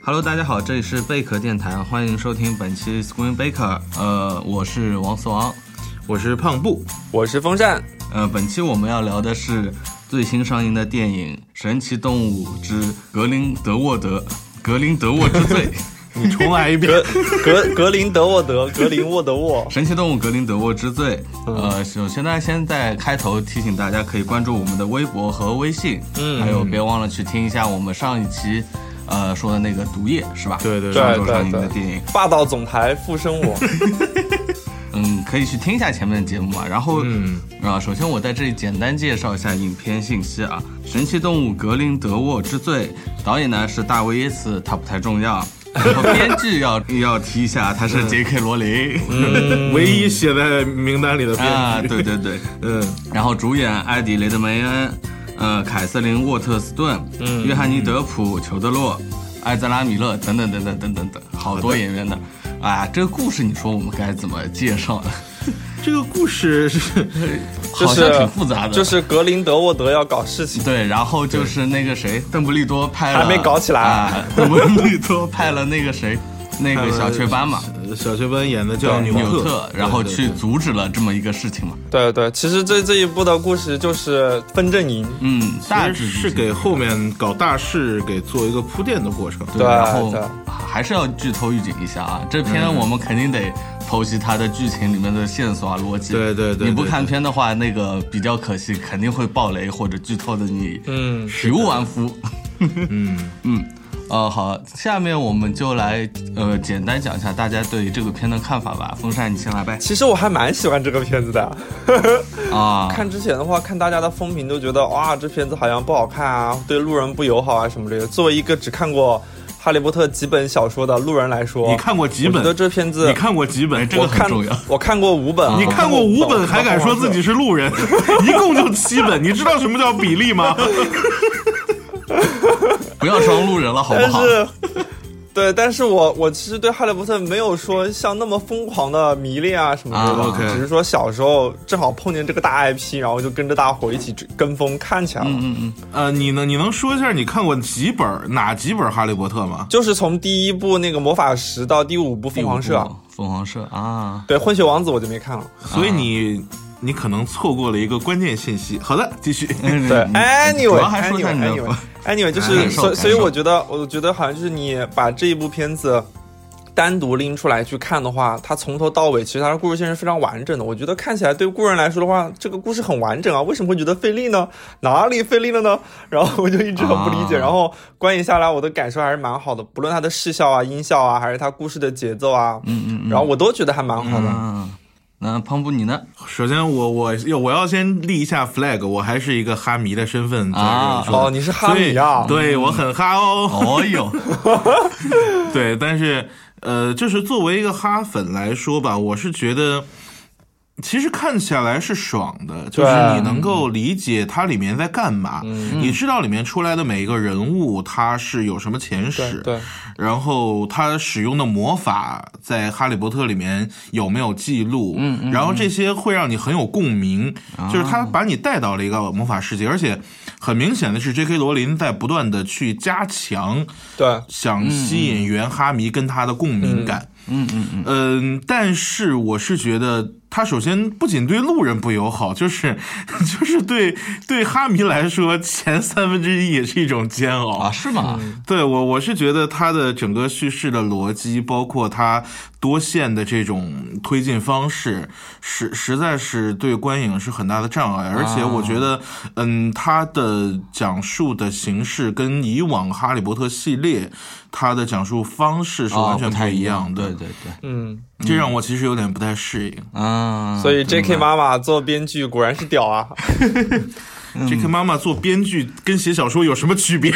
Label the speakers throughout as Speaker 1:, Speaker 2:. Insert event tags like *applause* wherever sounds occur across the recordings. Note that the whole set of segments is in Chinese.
Speaker 1: Hello，大家好，这里是贝壳电台，欢迎收听本期 Screen Baker。呃，我是王思王，
Speaker 2: 我是胖布。
Speaker 3: 我是风扇，
Speaker 1: 呃，本期我们要聊的是最新上映的电影《神奇动物之格林德沃德格林德沃之罪》。
Speaker 2: *laughs* 你重来一遍。
Speaker 3: 格格格林德沃德， *laughs* 格林沃德沃。
Speaker 1: 《*laughs* 神奇动物格林德沃之罪》。
Speaker 2: 嗯
Speaker 1: 呃，首先呢，先在开头提醒大家可以关注我们的微博和微信，嗯，还有别忘了去听一下我们上一期，呃，说的那个《毒液》是吧？
Speaker 2: 对对对
Speaker 1: 上
Speaker 3: 对
Speaker 1: 周上
Speaker 3: 对
Speaker 1: 映的
Speaker 3: 对
Speaker 1: 电影，
Speaker 3: 霸道总裁附身
Speaker 2: *laughs*
Speaker 3: 我，
Speaker 1: 嗯，可以去听一下前面的节目啊。然后，嗯，啊，首先我在这里简单介绍一下影片信息啊，《神奇动物格林德沃之罪》，导演呢是大卫·耶茨，他不太重
Speaker 3: *laughs*
Speaker 1: 要。然后编剧要要提一下，他
Speaker 3: 嗯
Speaker 1: 是杰克·罗琳、
Speaker 2: 唯一写在名单里的
Speaker 1: 嗯啊，
Speaker 2: 编剧。
Speaker 1: 对对对，
Speaker 2: 嗯，
Speaker 1: 然后主演艾迪·雷德梅恩，呃，凯瑟琳·沃特斯顿，
Speaker 3: 嗯
Speaker 1: 约翰尼·德普、裘德洛、艾泽拉·米勒等等等等等等等，好多演员呢。啊，这个故事你说我们该怎么介绍呢？
Speaker 2: 这个故事是呃
Speaker 3: 就
Speaker 1: 好
Speaker 3: 是
Speaker 1: 像挺复杂的，
Speaker 3: 就是格林德沃德要搞事情，
Speaker 1: 对，然后就是那个谁，邓布利多派了
Speaker 3: 还没搞起来
Speaker 1: 啊，邓布利多派了那个谁，那个小雀斑嘛，
Speaker 2: 小学班演的叫
Speaker 1: 纽
Speaker 2: 呃纽特，
Speaker 1: 然后
Speaker 2: 对
Speaker 1: 去阻止了这么一个事情嘛。
Speaker 3: 对对，其实这这一部的故事就是分阵营，
Speaker 1: 嗯，大
Speaker 2: 对对
Speaker 1: 致
Speaker 2: 其实是给后面搞大事给做一个铺垫的过程。
Speaker 1: 对，
Speaker 3: 对
Speaker 1: 嗯然后
Speaker 3: 对嗯
Speaker 1: 还是要剧透预警一下啊，这片我们肯定得剖析它的剧情里面的线索啊、逻辑。
Speaker 2: 对对对
Speaker 1: 你不
Speaker 2: 对
Speaker 1: 看片的话，那个比较可惜，肯定会爆雷或者剧透的你
Speaker 3: 嗯，
Speaker 1: 体无完肤。 *laughs*
Speaker 2: 嗯，
Speaker 1: 呃，好，下面我们就来呃简单讲一下大家对这个片的看法吧。风扇，你先来呗。
Speaker 3: 其实我还蛮喜欢这个片子的，
Speaker 1: 啊，
Speaker 3: *laughs* 看之前的话，看大家的风评都觉得哇，这片子好像不好看啊，对路人不友好啊什么之类的。作为一个只看过《哈利波特》几本小说的路人来说，
Speaker 2: 你看过几
Speaker 3: 我觉得
Speaker 2: 本？
Speaker 3: 这片子
Speaker 2: 你看过几本？
Speaker 1: 哎这个
Speaker 3: 我
Speaker 1: 很
Speaker 3: 看
Speaker 1: 重要
Speaker 3: *laughs* 我看过五本，
Speaker 2: 啊你
Speaker 3: 我
Speaker 2: 看过五本还敢说自己
Speaker 3: 是。
Speaker 2: 是
Speaker 3: *laughs*
Speaker 2: 路人，一共就七本，你知道什么叫比例吗？ *laughs*
Speaker 1: 不要装路人了，好不
Speaker 3: 但
Speaker 1: 好？
Speaker 3: 是， *laughs* 对，但是我我其实对哈利波特没有说像那么疯狂的迷恋啊什么之类的，
Speaker 1: 啊
Speaker 2: ，OK
Speaker 3: 只是说小时候正好碰见这个大 IP，然后就跟着大伙一起跟风看起来了。
Speaker 1: 嗯嗯
Speaker 2: 呃，你呢？你能说一下你看过几本哪几本《哈利波特》吗？
Speaker 3: 就是从第一部那个魔法石到第五部
Speaker 1: 嗯，
Speaker 3: 凤凰社，
Speaker 1: 凤凰社啊，
Speaker 3: 对混血王子我就没看了。
Speaker 2: 所以你、你可能错过了一个关键信息。好的，继续。
Speaker 3: 对
Speaker 1: *laughs* 你你主要还说一下你的
Speaker 3: ，anyway，anyway，anyway，anyway，就
Speaker 1: 感受
Speaker 3: 是所
Speaker 1: 感受
Speaker 3: 所以我觉得，我觉得好像就是你把这一部片子单独拎出来去看的话，它从头到尾其实它的故事线是非常完整的。我觉得看起来对故人来说的话，这个故事很完整啊，为什么会觉得费力呢？哪里费力了呢？然后我就一直很不理解。
Speaker 1: 啊
Speaker 3: 然后观影下来，我的感受还是蛮好的，不论它的视效啊、音效啊，还是它故事的节奏啊，
Speaker 1: 嗯嗯嗯，
Speaker 3: 然后我都觉得还蛮好的。
Speaker 1: 嗯，那胖布你呢？
Speaker 2: 首先我，我要我要先立一下 flag，我还是一个哈迷的身份在这
Speaker 1: 啊
Speaker 2: 里说
Speaker 3: 哦，你是哈
Speaker 2: 所以
Speaker 3: 米啊？
Speaker 2: 对我很哈哦。
Speaker 1: 哦哟，
Speaker 2: 对，但是呃，就是作为一个哈粉来说吧，我是觉得。其实看下来是爽的，就是
Speaker 3: 对
Speaker 2: 你能够理解它里面在干嘛，
Speaker 3: 嗯
Speaker 2: 你知道里面出来的每一个人物他是有什么前
Speaker 3: 对
Speaker 2: 史，
Speaker 3: 对，
Speaker 2: 然后他使用的魔法在《哈利波特》里面有没有记录？嗯，然后这些会让你很有共鸣，
Speaker 1: 啊
Speaker 2: 就是他把你带到了一个魔法世界，而且很明显的是，J.K. 罗琳在不断的去加强，
Speaker 3: 对，
Speaker 2: 想吸引原哈迷跟他的共鸣感。
Speaker 1: 嗯嗯嗯，
Speaker 2: 嗯，但是我是觉得，他首先不仅对路人不友好，就是 *laughs* 就是对对哈迷来说，前三分之一也是一种煎熬
Speaker 1: *laughs* 啊是吗？
Speaker 2: 对我，我是觉得它的整个叙事的逻辑，包括它多线的这种推进方式，实实在是对观影是很大的障碍。而且我觉得，
Speaker 1: 啊
Speaker 2: 嗯，它的讲述的形式跟以往《哈利波特》系列它的讲述方式是
Speaker 1: 哦
Speaker 2: 完全
Speaker 1: 不太
Speaker 2: 一
Speaker 1: 样，
Speaker 2: 的，
Speaker 1: 对对对，
Speaker 3: 嗯，
Speaker 2: 这让我其实有点不太适应。
Speaker 1: 啊，
Speaker 3: 所以 J.K. 妈妈做编剧果然是屌啊！
Speaker 1: 嗯
Speaker 2: 这个妈妈做编剧跟写小说有什么区别？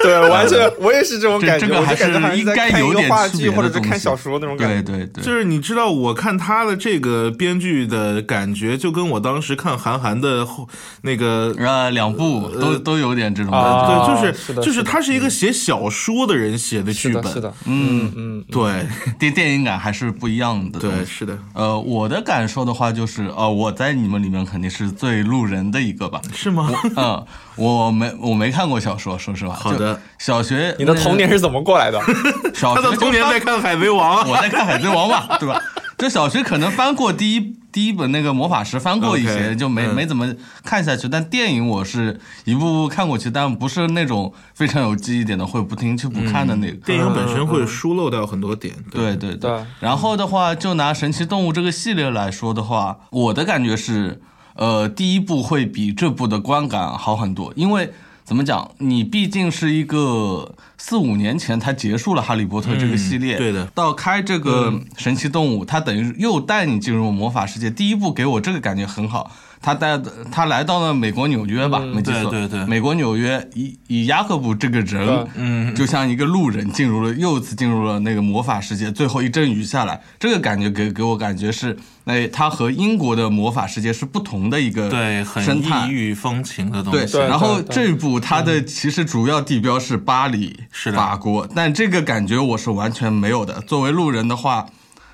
Speaker 3: 对，完全，我也是这种
Speaker 1: 这
Speaker 3: 感
Speaker 1: 这
Speaker 3: 觉，
Speaker 1: 个
Speaker 3: 我
Speaker 1: 还
Speaker 3: 就感觉好像
Speaker 1: 应
Speaker 3: 在
Speaker 1: 该
Speaker 3: 看一
Speaker 1: 有
Speaker 3: 个
Speaker 1: 点
Speaker 3: 话
Speaker 1: 区
Speaker 3: 剧
Speaker 1: 别
Speaker 3: 或者
Speaker 1: 的
Speaker 3: 是
Speaker 1: 东
Speaker 3: 看
Speaker 1: 西
Speaker 3: 小说那种感
Speaker 1: 对
Speaker 3: 觉。
Speaker 1: 对对，
Speaker 2: 就是你知道，我看他的这个编剧的感觉，就跟我当时看韩寒的后那个。
Speaker 1: 呃两部都都有点这种感觉。
Speaker 3: 啊
Speaker 2: 对，就是
Speaker 3: 是的
Speaker 2: 就是，
Speaker 3: 是的
Speaker 2: 他是一个写小说的人写的剧
Speaker 3: 是
Speaker 2: 本，
Speaker 3: 的，是的，
Speaker 1: 嗯，
Speaker 3: 嗯嗯，
Speaker 2: 对
Speaker 1: 电电影感还是不一样的。
Speaker 2: 对，是的，
Speaker 1: *laughs* 呃，我的感受的话就是，呃，我在你们里面肯定是最路人的一个吧。
Speaker 2: 是吗？
Speaker 1: 嗯，我没我没看过小说，说实话。
Speaker 2: *laughs* 好的，
Speaker 1: 小学
Speaker 3: 你的童年是怎么过来的？ *laughs*
Speaker 1: 小
Speaker 2: 他
Speaker 1: 学
Speaker 2: 的
Speaker 1: 就
Speaker 2: 童年
Speaker 1: 翻
Speaker 2: 在看《海贼王》
Speaker 1: 我在看《海贼王》嘛，对吧？就小学可能翻过第一第一本那个魔法石，翻过一些
Speaker 2: OK，
Speaker 1: 就没、
Speaker 2: 嗯
Speaker 1: 没怎么看下去。但电影我是一步步看过去，但不是那种非常有记忆点的，会不停去补看的那个。
Speaker 2: 电影本身会疏漏掉很多点。
Speaker 1: 对对对
Speaker 2: 啊
Speaker 3: 对
Speaker 1: 然后的话，就拿《神奇动物》这个系列来说的话，我的感觉是，呃，第一部会比这部的观感好很多，因为怎么讲，你毕竟是一个四五年前它结束了《哈利波特》这个系列，
Speaker 2: 嗯对的
Speaker 1: 到开这个神奇动物，它等于又带你进入魔法世界。第一部给我这个感觉很好，他带他来到了美国纽约吧，没记错，
Speaker 2: 嗯对对对
Speaker 1: 美国纽约以以雅各布这个人
Speaker 3: 对，
Speaker 1: 嗯，就像一个路人进入了又次进入了那个魔法世界，最后一阵雨下来，这个感觉给给我感觉是，哎，它和英国的魔法世界是不同的一个
Speaker 2: 对，很
Speaker 1: 生
Speaker 2: 异
Speaker 1: 态。
Speaker 2: 域风情的东
Speaker 1: 对，
Speaker 2: 西。
Speaker 3: 对
Speaker 1: 然后
Speaker 3: 对
Speaker 1: 这部它的其实主要地标是巴黎，
Speaker 2: 嗯是的
Speaker 1: 法国，但这个感觉我是完全没有的。作为路人的话，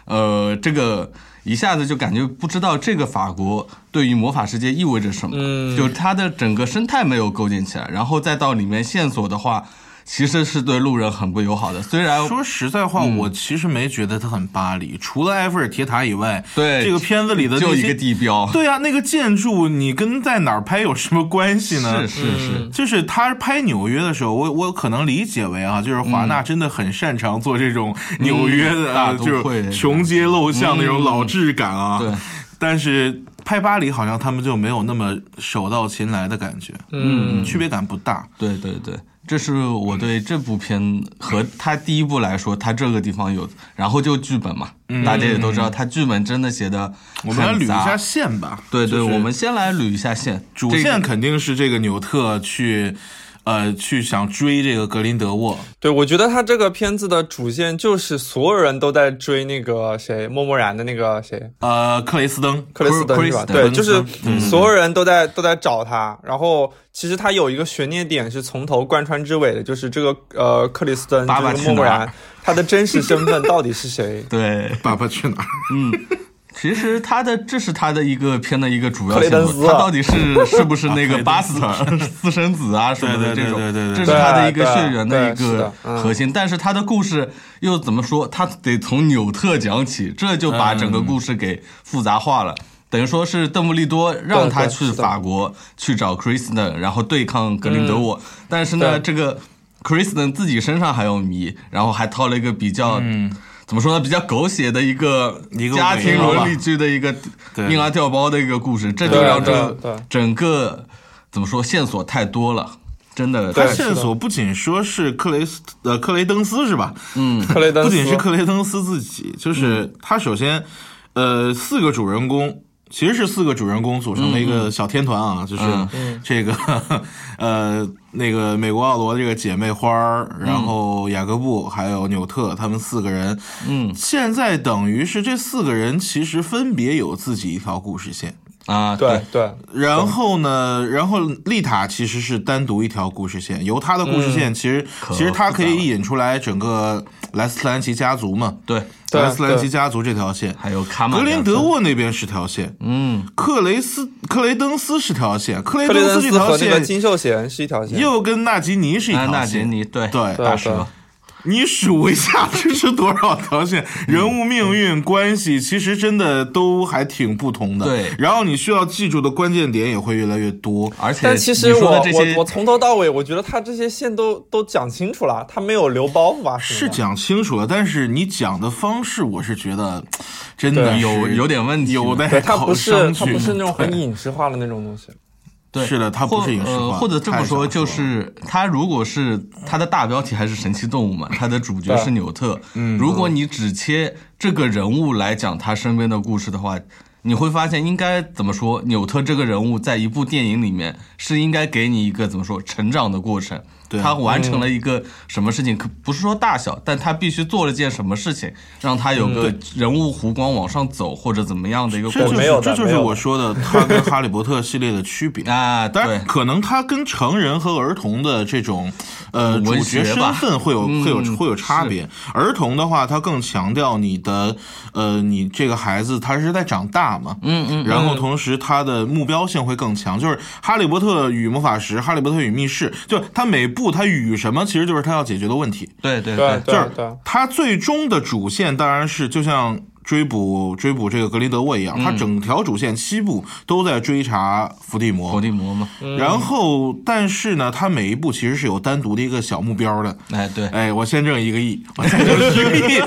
Speaker 1: 呃，这个一下子就感觉不知道这个法国对于魔法世界意味着什么，
Speaker 3: 嗯
Speaker 1: 就它的整个生态没有构建起来，然后再到里面线索的话，其实是对路人很不友好的。虽然
Speaker 2: 说实在话，我其实没觉得它很巴黎，除了埃菲尔铁塔以外，
Speaker 1: 对
Speaker 2: 这个片子里的
Speaker 1: 就
Speaker 2: 那
Speaker 1: 一
Speaker 2: 些
Speaker 1: 个地标，
Speaker 2: 对啊，那个建筑你跟在哪儿拍有什么关系呢？
Speaker 1: 是是是，
Speaker 2: 就是他拍纽约的时候，我我可能理解为啊，就是华纳真的很擅长做这种纽约的、
Speaker 1: 嗯大
Speaker 2: 啊，
Speaker 1: 都
Speaker 2: 就
Speaker 1: 会嗯
Speaker 2: 是穷街陋巷那种老质感啊。
Speaker 1: 对，
Speaker 2: 但是拍巴黎好像他们就没有那么手到擒来的感觉，嗯，区别感不大。
Speaker 1: 对对对，这是我对
Speaker 2: 嗯
Speaker 1: 这部片和它第一部来说，它这个地方有，然后就剧本嘛，
Speaker 2: 嗯
Speaker 1: 大家也都知道，它剧本真的写的
Speaker 2: 我们来捋一下。线吧。
Speaker 1: 对对，
Speaker 2: 就是
Speaker 1: 我们先来捋一下线，
Speaker 2: 主
Speaker 1: 这个
Speaker 2: 线肯定是这个纽特去，呃，去想追这个格林德沃。
Speaker 3: 对，我觉得他这个片子的主线就是所有人都在追那个谁，默默然的那个谁，
Speaker 2: 呃，克雷斯登，
Speaker 3: 克里斯登是吧？
Speaker 1: 克里斯
Speaker 3: 对，
Speaker 2: 登
Speaker 3: 就是
Speaker 2: 嗯
Speaker 3: 所有人都在都在找他。然后其实他有一个悬念点是从头贯穿至尾的，就是这个呃克里斯登
Speaker 1: 爸爸
Speaker 3: 这个
Speaker 1: 去
Speaker 3: 默默
Speaker 1: 哪儿？
Speaker 3: 然他的真实身份到底是谁
Speaker 1: *laughs* 对，
Speaker 2: 爸爸去哪儿？
Speaker 1: 其实他的这是他的一个片的一个主要
Speaker 3: 克
Speaker 1: 线
Speaker 3: 雷登
Speaker 1: 索，
Speaker 3: 斯啊
Speaker 1: 他到底
Speaker 3: *laughs*
Speaker 1: 是是不是那
Speaker 2: 克
Speaker 1: 个
Speaker 2: 雷登
Speaker 1: 巴斯特 *laughs* 私生子啊什么的
Speaker 2: 对对
Speaker 1: 这种
Speaker 2: 对对对，
Speaker 1: 这
Speaker 2: 对
Speaker 1: 是他的一个
Speaker 3: 对
Speaker 1: 血缘的一
Speaker 3: 对是
Speaker 1: 个
Speaker 3: 的嗯
Speaker 1: 核心。但是他的故事又怎么说？他得从纽特讲起，这就把整个故事给复杂化了。等于说是邓布利多让他
Speaker 3: 对嗯对
Speaker 1: 去
Speaker 3: 是的
Speaker 1: 法国去找 Kristen，然后对抗格林德沃，
Speaker 3: 嗯
Speaker 1: 但是呢，这个 Kristen 自己身上还有谜，然后还套了一个比较。
Speaker 3: 嗯
Speaker 1: 怎么说呢？比较狗血的一个
Speaker 2: 一个
Speaker 1: 家庭
Speaker 2: 伪装吧
Speaker 1: 伦理剧的一个
Speaker 2: 对
Speaker 1: 硬拉调包的一个故事，这
Speaker 3: 对
Speaker 1: 就让这
Speaker 3: 对对
Speaker 1: 个整个怎么说线索太多了，真的
Speaker 2: 他
Speaker 3: 对
Speaker 2: 线索不仅说是克雷斯呃克雷登斯是吧？嗯，
Speaker 3: 克雷登
Speaker 2: 不
Speaker 3: 斯
Speaker 2: 仅是克雷登斯自己，
Speaker 1: 嗯
Speaker 2: 就是他首先呃四个主人公。其实是四个主人公组成的一
Speaker 1: 嗯
Speaker 2: 个小天团啊，就是这个、 *laughs* 呃那个美国奥罗这个姐妹花儿，然
Speaker 1: 嗯
Speaker 2: 后雅各布还有纽特他们四个人，嗯，现在等于是这四个人其实分别有自己一条故事线，
Speaker 1: 啊，
Speaker 3: 对对
Speaker 2: 然后呢，然后丽塔其实是单独一条故事线，由她的故事线其实、
Speaker 1: 嗯可
Speaker 2: 其实她可
Speaker 1: 复杂了
Speaker 2: 以引出来整个莱斯特兰奇家族嘛，
Speaker 1: 对，
Speaker 3: 对
Speaker 2: 莱斯特兰奇
Speaker 3: 对
Speaker 2: 家族这条线，
Speaker 1: 还有卡玛
Speaker 2: 格
Speaker 1: 两
Speaker 2: 林
Speaker 1: 个
Speaker 2: 德沃那边是条线，
Speaker 1: 嗯，
Speaker 2: 克雷斯克雷登斯是条线，克雷
Speaker 3: 克雷登
Speaker 2: 斯
Speaker 3: 斯
Speaker 2: 这条
Speaker 3: 和那个
Speaker 2: 线
Speaker 3: 金秀贤是一条线。
Speaker 2: 又跟纳吉尼是一
Speaker 1: 安
Speaker 2: 条
Speaker 1: 娜啊杰
Speaker 2: 线，
Speaker 1: 尼对
Speaker 2: 对
Speaker 1: 大
Speaker 3: 对
Speaker 1: 蛇，
Speaker 2: 你数一下这是多少条线？人物命运关系其实真的都还挺不同的，
Speaker 1: 对
Speaker 2: 然后你需要记住的关键点也会越来越多，
Speaker 1: 而且
Speaker 3: 但其实
Speaker 1: 呃你说
Speaker 3: 我
Speaker 1: 的这
Speaker 3: 我
Speaker 1: 些
Speaker 3: 我从头到尾，我觉得他这些线都都讲清楚了，他没有留包袱吧？
Speaker 2: 是
Speaker 3: 讲
Speaker 2: 讲清楚了，但是你讲的方式，我是觉得真的
Speaker 3: 对
Speaker 1: 有
Speaker 2: 是
Speaker 1: 有点问题
Speaker 2: 有
Speaker 1: 的
Speaker 2: 待
Speaker 3: 他
Speaker 2: 考
Speaker 3: 不是
Speaker 2: 商
Speaker 3: 他
Speaker 2: 榷。
Speaker 3: 不是那种很
Speaker 2: 对
Speaker 3: 影视化的那种东西。
Speaker 1: 对
Speaker 2: 是的它不
Speaker 1: 或
Speaker 2: 是影视化
Speaker 1: 呃或者这么说，
Speaker 2: 太少
Speaker 1: 就
Speaker 2: 了
Speaker 1: 是它如果是它的大标题还是神奇动物嘛，它的主角
Speaker 3: 对
Speaker 1: 是纽特。嗯，如果你只切这个人物来讲他身边的故事的话。你会发现，应该怎么说？纽特这个人物在一部电影里面是应该给你一个怎么说成长的过程，
Speaker 2: 对
Speaker 1: 他完成了一个什么事情，可不是说大小，但他必须做了件什么事情，让他有个人物弧光往上走或者怎么样的一个
Speaker 2: 这
Speaker 1: 过
Speaker 2: 就
Speaker 1: 程
Speaker 3: 没
Speaker 2: 是
Speaker 3: 有的
Speaker 2: 这就
Speaker 3: 没
Speaker 2: 是
Speaker 3: 有的
Speaker 2: 我说的，它跟《哈利波特》系列的区别。
Speaker 1: 啊。*laughs*
Speaker 2: 当
Speaker 1: 对
Speaker 2: 然，，可能它跟成人和儿童的这种呃主
Speaker 1: 文
Speaker 2: 角
Speaker 1: 学
Speaker 2: 身
Speaker 1: 吧
Speaker 2: 份会有会有
Speaker 1: 嗯
Speaker 2: 会有差别。儿童的话，它更强调你的呃，你这个孩子他是在长大嘛，
Speaker 1: 嗯嗯，
Speaker 2: *laughs* 然后同时它的目标性会更强，就是《哈利波特与魔法石》《哈利波特与密室》，就它每部它与什么，其实就是它要解决的问题。
Speaker 1: 对对
Speaker 3: 对啊
Speaker 1: 对，
Speaker 2: 就
Speaker 3: 对
Speaker 2: 是
Speaker 3: 对，
Speaker 2: 它最终的主线当然是就像追捕追捕这个格林德沃一样，它整条主线七部都在追查伏地魔。
Speaker 1: 伏地魔嘛，
Speaker 2: 然后，但是呢，它每一步其实是有单独的一个小目标的。
Speaker 1: 哎对，
Speaker 2: 哎，我先挣一个亿，我先挣一个亿，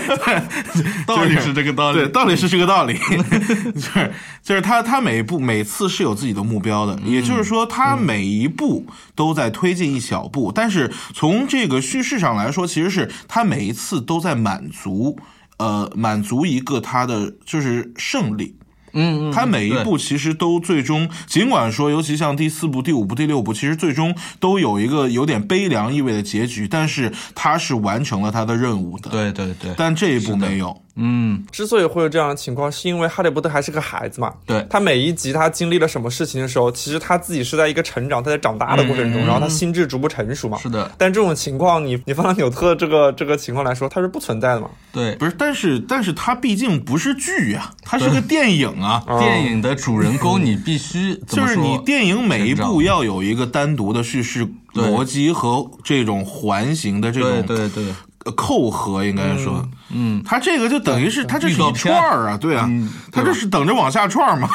Speaker 2: *laughs*
Speaker 1: 道理是这个道理
Speaker 2: 对，道理是这
Speaker 1: *laughs*
Speaker 2: 个道理，就是就是他他每一步每次是有自己的目标
Speaker 1: 嗯
Speaker 2: 的，也就是说他每一步都在推进一小步，但是从这个叙事上来说，其实是他每一次都在满足。呃，满足一个他的就是胜利，
Speaker 1: 嗯嗯，
Speaker 2: 他每一
Speaker 1: 对
Speaker 2: 步其实都最终，尽管说，尤其像第四部、第五部、第六部，其实最终都有一个有点悲凉意味的结局，但是他是完成了他的任务的。，
Speaker 1: 对对对，
Speaker 2: 但这一步没有。
Speaker 1: 嗯
Speaker 3: 之所以会有这样的情况，是因为哈利波特还是个孩子嘛。
Speaker 1: 对
Speaker 3: 他每一集他经历了什么事情的时候，其实他自己是在一个成长，他在长大的过程中，然后他心智逐步成熟嘛。
Speaker 1: 嗯是的
Speaker 3: 但这种情况，你你放到纽特这个这个情况来说，它是不存在的嘛？
Speaker 1: 对。
Speaker 2: 不是，但是但是它毕竟不是剧啊，它是个电影啊。
Speaker 1: 电影的主人公你必须怎
Speaker 2: 就
Speaker 1: 么
Speaker 2: 是
Speaker 1: 说？
Speaker 2: 你电影每一
Speaker 1: 成
Speaker 2: 部
Speaker 1: 长
Speaker 2: 要有一个单独的叙事逻辑和这种环形的这
Speaker 1: 对
Speaker 2: 种
Speaker 1: 对对，
Speaker 2: 呃扣合，应该说，嗯，它这个就等于是它这是
Speaker 1: 预告
Speaker 2: 一
Speaker 1: 片
Speaker 2: 串儿啊，对啊，它这是等着往下串儿嘛，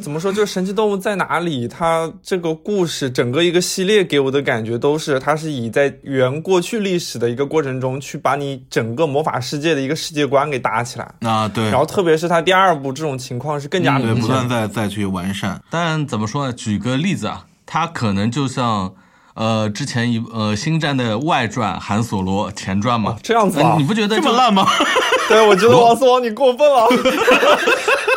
Speaker 3: 怎么说？就是《神奇动物在哪里》，它这个故事整个一个系列给我的感觉都是，它是以在原过去历史的一个过程中去把你整个魔法世界的一个世界观给搭起来。
Speaker 2: *laughs* 啊，对
Speaker 1: 嗯
Speaker 3: 然，后，特别是它第二部这种情况是更加
Speaker 2: 对，
Speaker 3: 明
Speaker 2: 不
Speaker 3: 显的。
Speaker 2: 断再再去完善，
Speaker 1: 但怎么说呢？举个例子啊，他可能就像呃之前一呃《星战》的外传Han Solo 前传嘛，
Speaker 3: 这样子啊
Speaker 1: 呃你不觉得
Speaker 2: 这
Speaker 1: 就
Speaker 2: 么？烂吗？
Speaker 3: 对，我觉得王思王你过
Speaker 1: *laughs*
Speaker 3: 分了。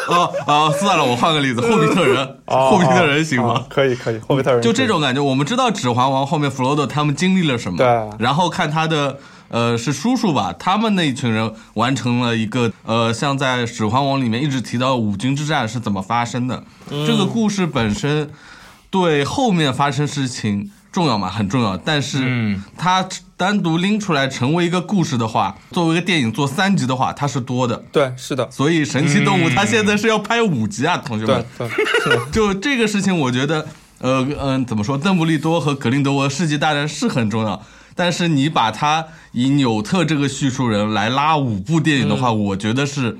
Speaker 1: 哦哦，算了，我换个例子，《霍比特人》
Speaker 3: 哦
Speaker 1: 霍比特人》行
Speaker 3: 哦
Speaker 1: 吗？
Speaker 3: 可以可以，霍比特人
Speaker 1: 就这
Speaker 3: 可以
Speaker 1: 种感觉，我们知道《指环王》后面弗罗多他们经历了什么，
Speaker 3: 对
Speaker 1: 然后看他的。呃，是叔叔吧？他们那一群人完成了一个呃，像在《指环王》里面一直提到五军之战是怎么发生的，这个故事本身对后面发生事情重要吗？很重要，但是它单独拎出来成为一个故事的话，作为一个电影做三集的话，它是多的。
Speaker 3: 对，是的，
Speaker 1: 所以《神奇动物》它现在是要拍五集啊，同学们
Speaker 3: 对。对，
Speaker 1: 就这个事情，我觉得，呃嗯、怎么说？邓布利多和格林德沃世纪大战是很重要，但是你把它以纽特这个叙述人来拉五部电影的
Speaker 2: 嗯
Speaker 1: 话，我觉得是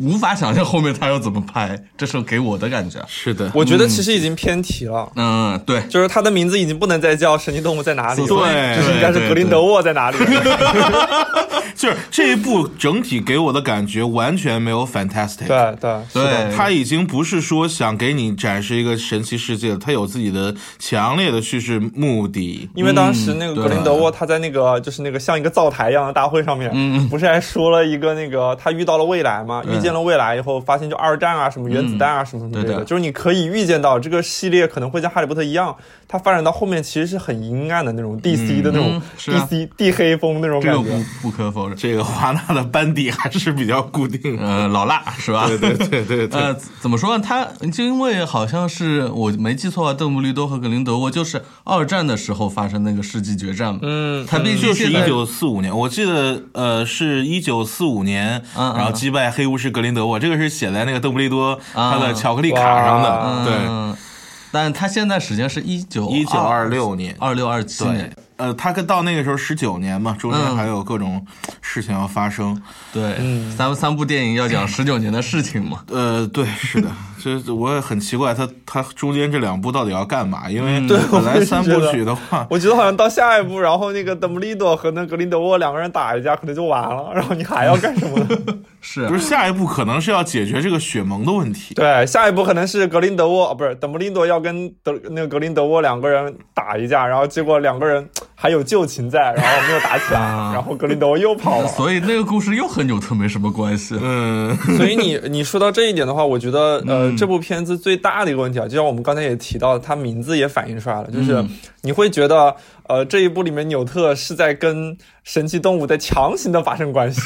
Speaker 1: 无法想象后面他要怎么拍，这是给我的感觉。
Speaker 2: 是的，
Speaker 3: 我觉得其实已经偏题了。
Speaker 1: 嗯，对，
Speaker 3: 就是它的名字已经不能再叫《神奇动物在哪里》了，
Speaker 2: 对
Speaker 3: 就是应该是
Speaker 1: 对
Speaker 3: 格林德沃在哪里。
Speaker 2: *laughs* 就是这一部整体给我的感觉完全没有 fantastic。
Speaker 3: 对对是的
Speaker 1: 对，
Speaker 2: 他已经不是说想给你展示一个神奇世界，他有自己的强烈的叙事目的。
Speaker 3: 因为当时
Speaker 1: 嗯
Speaker 3: 那个格林德沃他在那个就是那个像一个灶台一样的大会上面，
Speaker 1: 嗯
Speaker 3: 不是还说了一个那个他遇到了未来嘛？遇见了未来以后，发现就二战啊、什么原子弹啊、什么什么之类
Speaker 1: 嗯对的
Speaker 3: 的，就是你可以预见到这个系列可能会像哈利波特一样，它发展到后面其实是很阴暗的那种 DC 的那种
Speaker 1: 嗯是啊
Speaker 3: DC 地黑风那种
Speaker 1: 这
Speaker 3: 感
Speaker 1: 个
Speaker 3: 觉
Speaker 1: 不。不可否认。
Speaker 2: 这个华纳的班底还是比较固定的。
Speaker 1: 呃，老辣是吧？
Speaker 2: 对对对对对，
Speaker 1: *laughs* 呃，怎么说呢？他就因为好像是我没记错啊，邓布利多和格林德沃就是二战的时候发生那个世纪决战嘛。嗯，他必须
Speaker 2: 就是
Speaker 1: 现
Speaker 2: 一
Speaker 1: 在
Speaker 2: 九四五年，我记得呃是一九四五年，
Speaker 1: 嗯
Speaker 2: 然后
Speaker 1: 嗯
Speaker 2: 击败黑巫师格林德沃，这个是写在那个邓布利多他的
Speaker 1: 啊
Speaker 2: 巧克力卡上的。
Speaker 3: 哇
Speaker 2: 对，
Speaker 1: 嗯，但他现在时间是一九
Speaker 2: 一九二六年。
Speaker 1: 二六二七
Speaker 2: 对
Speaker 1: 年，，
Speaker 2: 呃，他跟到那个时候十九年嘛，中间
Speaker 1: 哦嗯
Speaker 2: 还有各种事情要发生。
Speaker 1: 对，
Speaker 2: 嗯
Speaker 1: 三三部电影要讲十九年的事情嘛，
Speaker 2: 呃，对，
Speaker 3: *laughs*
Speaker 2: 是的，这我也很奇怪，他他中间这两部到底要干嘛？因
Speaker 3: 嗯
Speaker 2: 为本来三部曲的话，
Speaker 3: 我觉得好像到下一步，然后那个邓布利多和那格林德沃两个人打一架，可能就完了。然后你还要干什么呢？
Speaker 1: 是
Speaker 2: 不 *laughs* 是下一步可能是要解决这个雪盟的问题。
Speaker 3: 对，下一步可能是格林德沃，啊不是邓布利多要跟德那个格林德沃两个人打一架，然后结果两个人还有旧情在，然后没有打起来，
Speaker 1: 啊
Speaker 3: 然后格林德沃又跑了。
Speaker 1: 所以那个故事又和纽特没什么关系。
Speaker 2: 嗯，
Speaker 3: 所以你你说到这一点的话，我觉 *laughs* 得呃，这部片子最大的一个问题啊，就像我们刚才也提到，它名字也反映出来了，就是你会觉得呃，这一部里面纽特是在跟神奇动物在强行的发生
Speaker 1: *laughs*
Speaker 3: 关系，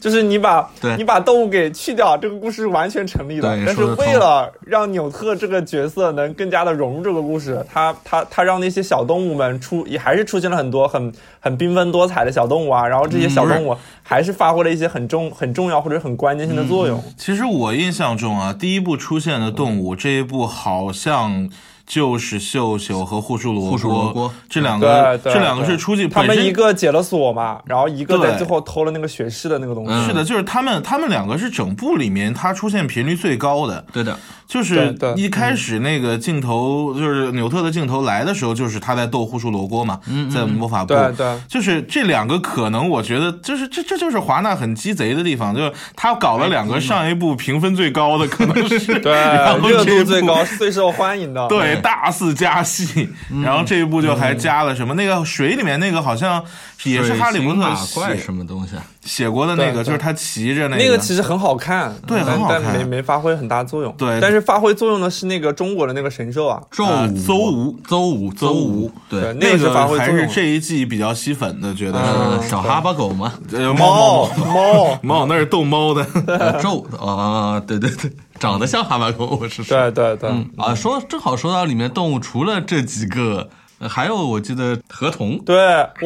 Speaker 3: 就是你把
Speaker 1: 对
Speaker 3: 你把动物给去掉，这个故事是完全成立的
Speaker 1: 对。
Speaker 3: 但是
Speaker 1: 说得通
Speaker 3: 为了呃让纽特这个角色能更加的融入这个故事，他他他让那些小动物们出也还是出现了很多很很缤纷多彩的小动物啊，然后这
Speaker 2: 嗯
Speaker 3: 些小动物还是发挥了一些很重很重要或者很关键性的作用。
Speaker 2: 其实我印象中啊，第一部出现的动物，这一部好像就是绣绣和护树萝
Speaker 1: 护树萝
Speaker 2: 卜
Speaker 1: 卜
Speaker 2: 这两个，
Speaker 3: 对对
Speaker 2: 这两个是出去
Speaker 3: 他
Speaker 2: 本
Speaker 3: 们
Speaker 2: 身
Speaker 3: 一个解了锁嘛，然后一个在
Speaker 2: 对
Speaker 3: 最后偷了那个血誓的那个东西。
Speaker 2: 是的，就是他们，他们两个是整部里面它出现频率最高的，
Speaker 1: 对的，
Speaker 2: 就
Speaker 3: 对
Speaker 2: 是
Speaker 3: 对嗯
Speaker 2: 一开始那个镜头，就是纽特的镜头来的时候，就是他在斗护树罗锅嘛，在魔法部，
Speaker 3: 嗯对对
Speaker 2: 就是这两个可能，我觉得就是这这就是华纳很鸡贼的地方，就是他搞了两个上一部评分最高的，可能是
Speaker 3: 哎嗯对
Speaker 2: 然，后
Speaker 3: 热
Speaker 2: 这一
Speaker 3: 度最
Speaker 2: 部
Speaker 3: 高，最受欢迎的。
Speaker 2: *laughs* 对，大肆加戏，
Speaker 3: 嗯
Speaker 2: 然后这一部就还加了什么那个水里面那个好像也是哈利波特
Speaker 1: 水晶马怪
Speaker 2: 写
Speaker 1: 什么东西啊？
Speaker 2: 写过的那
Speaker 3: 对
Speaker 2: 个，
Speaker 3: 对
Speaker 2: 啊就是他骑着
Speaker 3: 那个其实很好看，
Speaker 2: 对
Speaker 3: 但
Speaker 2: 很好看
Speaker 3: 但没没发挥很大作用。
Speaker 2: 对
Speaker 3: 但是发挥作用的是那个中国的那个神兽啊，
Speaker 1: 周
Speaker 2: 啊
Speaker 1: 五，
Speaker 2: 邹无
Speaker 1: 邹五，邹五，
Speaker 3: 对，
Speaker 1: 对，
Speaker 3: 个是发
Speaker 2: 个
Speaker 3: 挥作
Speaker 2: 还
Speaker 3: 用
Speaker 2: 是
Speaker 3: 的。
Speaker 2: 这一季比较吸粉的，觉得
Speaker 1: 呃，小哈巴狗嘛，
Speaker 2: *laughs* 是呃猫
Speaker 3: 嗯猫猫，
Speaker 2: 猫那是逗猫的， *laughs*
Speaker 1: 呃周啊，对对对，长得像哈巴狗，我是说。
Speaker 3: 对对对，
Speaker 1: 啊，说正好说到里面动物，除了这几个，呃还有我记得河童，
Speaker 3: 对，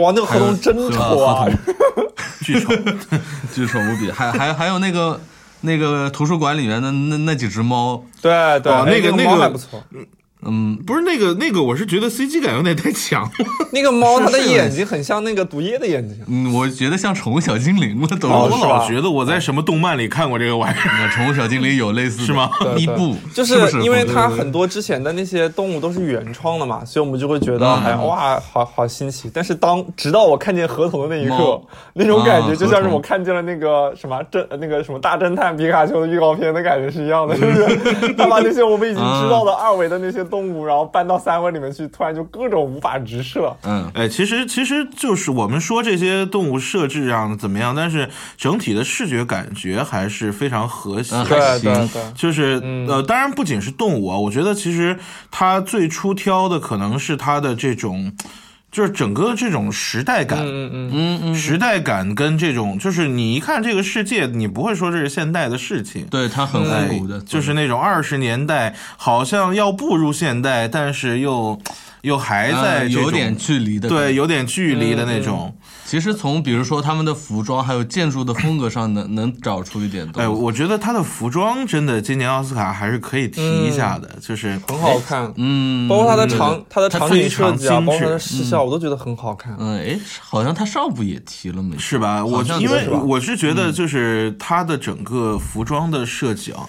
Speaker 3: 哇，那个合同真丑啊
Speaker 1: 还
Speaker 3: *laughs*
Speaker 1: 有！
Speaker 2: 巨丑。
Speaker 1: 巨丑无比，还还还有那个那个图书馆里面的那那几只猫，
Speaker 3: 对对，
Speaker 2: 哦
Speaker 3: 哎
Speaker 2: 那个
Speaker 3: 猫
Speaker 2: 那个
Speaker 3: 还不错，
Speaker 1: 嗯，
Speaker 2: 不是那个那个，我是觉得 CG 感有点太强了。
Speaker 3: 那个猫它的
Speaker 1: 是是
Speaker 3: 眼睛很像那个毒液的眼睛。
Speaker 1: 嗯，我觉得像宠物小精灵了都。
Speaker 2: 我
Speaker 3: 哦是吧
Speaker 2: 老觉得我在什么动漫里看过这个玩意儿。
Speaker 1: 那宠物小精灵有类似的
Speaker 2: 是吗
Speaker 3: 对
Speaker 2: *laughs*
Speaker 1: 伊
Speaker 3: 对
Speaker 1: 布，
Speaker 3: 就是
Speaker 1: 不是
Speaker 3: 因为
Speaker 1: 不是
Speaker 3: 它很多之前的那些动物都是原创的嘛，所以我们就会觉得
Speaker 1: 嗯
Speaker 3: 哎哇，好好新奇。但是当直到我看见合同的那一刻
Speaker 1: 猫，
Speaker 3: 那种感觉
Speaker 1: 啊
Speaker 3: 就像是
Speaker 1: 合同
Speaker 3: 我看见了那个什么侦那个什么大侦探皮卡丘的预告片的感觉是一样的，就
Speaker 1: *laughs*
Speaker 3: 是他把那些我们已经知道的
Speaker 1: 嗯
Speaker 3: 二维的那些动物，然后搬到三维里面去，突然就各种无法直视。
Speaker 1: 嗯，
Speaker 2: 哎，其实其实就是我们说这些动物设置上怎么样，但是整体的视觉感觉还是非常和谐。
Speaker 1: 嗯
Speaker 3: 对
Speaker 1: 还
Speaker 3: 对
Speaker 1: 行
Speaker 3: 对，嗯
Speaker 2: 就是、呃，当然不仅是动物啊，我觉得其实它最出挑的可能是它的这种，就是整个这种时代感，
Speaker 3: 嗯嗯。
Speaker 2: 时代感跟这种，就是你一看这个世界，你不会说这是现代的事情。
Speaker 1: 对它很
Speaker 2: 哎
Speaker 1: 复古的，
Speaker 2: 就是那种二十年代，好像要步入现代，但是又又还
Speaker 1: 嗯
Speaker 2: 在这种
Speaker 1: 有点距离的。
Speaker 2: 对，，有点距离
Speaker 3: 嗯
Speaker 2: 的那种。
Speaker 1: 其实从比如说他们的服装还有建筑的风格上能，能找出一点东
Speaker 2: 哎，
Speaker 1: 西。
Speaker 2: 我觉得他的服装真的，今年奥斯卡还是可以提一下
Speaker 3: 嗯
Speaker 2: 的，就是
Speaker 3: 很好看，
Speaker 1: 嗯，
Speaker 3: 哎包括它的场，它的
Speaker 2: 它
Speaker 3: 场
Speaker 2: 非
Speaker 3: 景设
Speaker 2: 常
Speaker 3: 计啊，
Speaker 2: 精
Speaker 3: 包括它
Speaker 2: 致
Speaker 3: 的视效，我都觉得很好看。
Speaker 1: 嗯，哎，好像他上部也提了没？
Speaker 2: 是吧？我
Speaker 1: 像
Speaker 2: 因
Speaker 1: 是
Speaker 2: 为
Speaker 1: 是嗯
Speaker 3: 吧
Speaker 2: 我是觉得，就是它的整个服装的设计啊，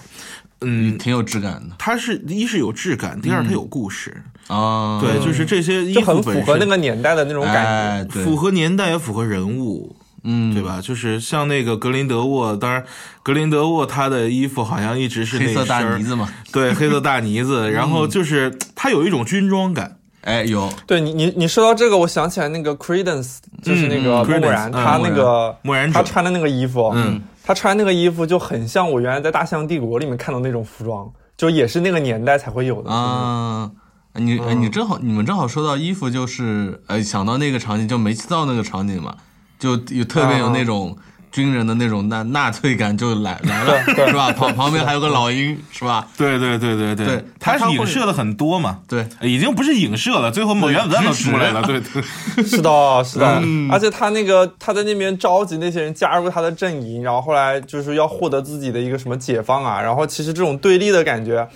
Speaker 2: 嗯，
Speaker 1: 挺有质感的
Speaker 2: 它是一是有质感，第二
Speaker 1: 嗯
Speaker 2: 它有故事，
Speaker 1: 啊。
Speaker 2: 对，就是这些衣
Speaker 3: 就
Speaker 2: 服
Speaker 3: 很符
Speaker 2: 本
Speaker 3: 合
Speaker 2: 身
Speaker 3: 那个年代的那种感觉。
Speaker 1: 哎，对，
Speaker 2: 符合年代也符合人物，
Speaker 1: 嗯，
Speaker 2: 对吧？就是像那个格林德沃，当然格林德沃他的衣服好像一直是那
Speaker 1: 黑色
Speaker 2: 身
Speaker 1: 大呢，
Speaker 2: 儿
Speaker 1: 子嗯嘛，
Speaker 2: 对，黑色大呢子，然后就是他有一种军装感，
Speaker 1: 哎，有
Speaker 3: 对你，你你说到这个，我想起来那个 Credence，就是那个莫
Speaker 2: 嗯 Creedence，
Speaker 3: 然，
Speaker 2: 嗯
Speaker 3: 他那个
Speaker 2: 莫然者
Speaker 3: 他穿的那个衣服，嗯，他穿那个衣服就很像我原来在《大象帝国》里面看到那种服装，就也是那嗯个年代才会有的。
Speaker 1: 啊。你哎你正好，你们正好说到衣服，就是呃，想到那个场景，就煤气灶那个场景嘛，就有特
Speaker 3: 嗯
Speaker 1: 别有那种军人的那种纳纳粹感就来来了，是吧？旁旁边还有个老鹰，是吧？
Speaker 2: 对对对对
Speaker 1: 对
Speaker 2: 他
Speaker 1: 它
Speaker 2: 是
Speaker 1: 会
Speaker 2: 影射了很多嘛，
Speaker 1: 对，
Speaker 2: 已经不是影射了，最后某原子弹都出来了，对对，
Speaker 3: 是的，是的，而且他那个他在那边召集那些人加入他的阵营，然后后来就是要获得自己的一个什么解放啊，然后其实这种对立的感觉。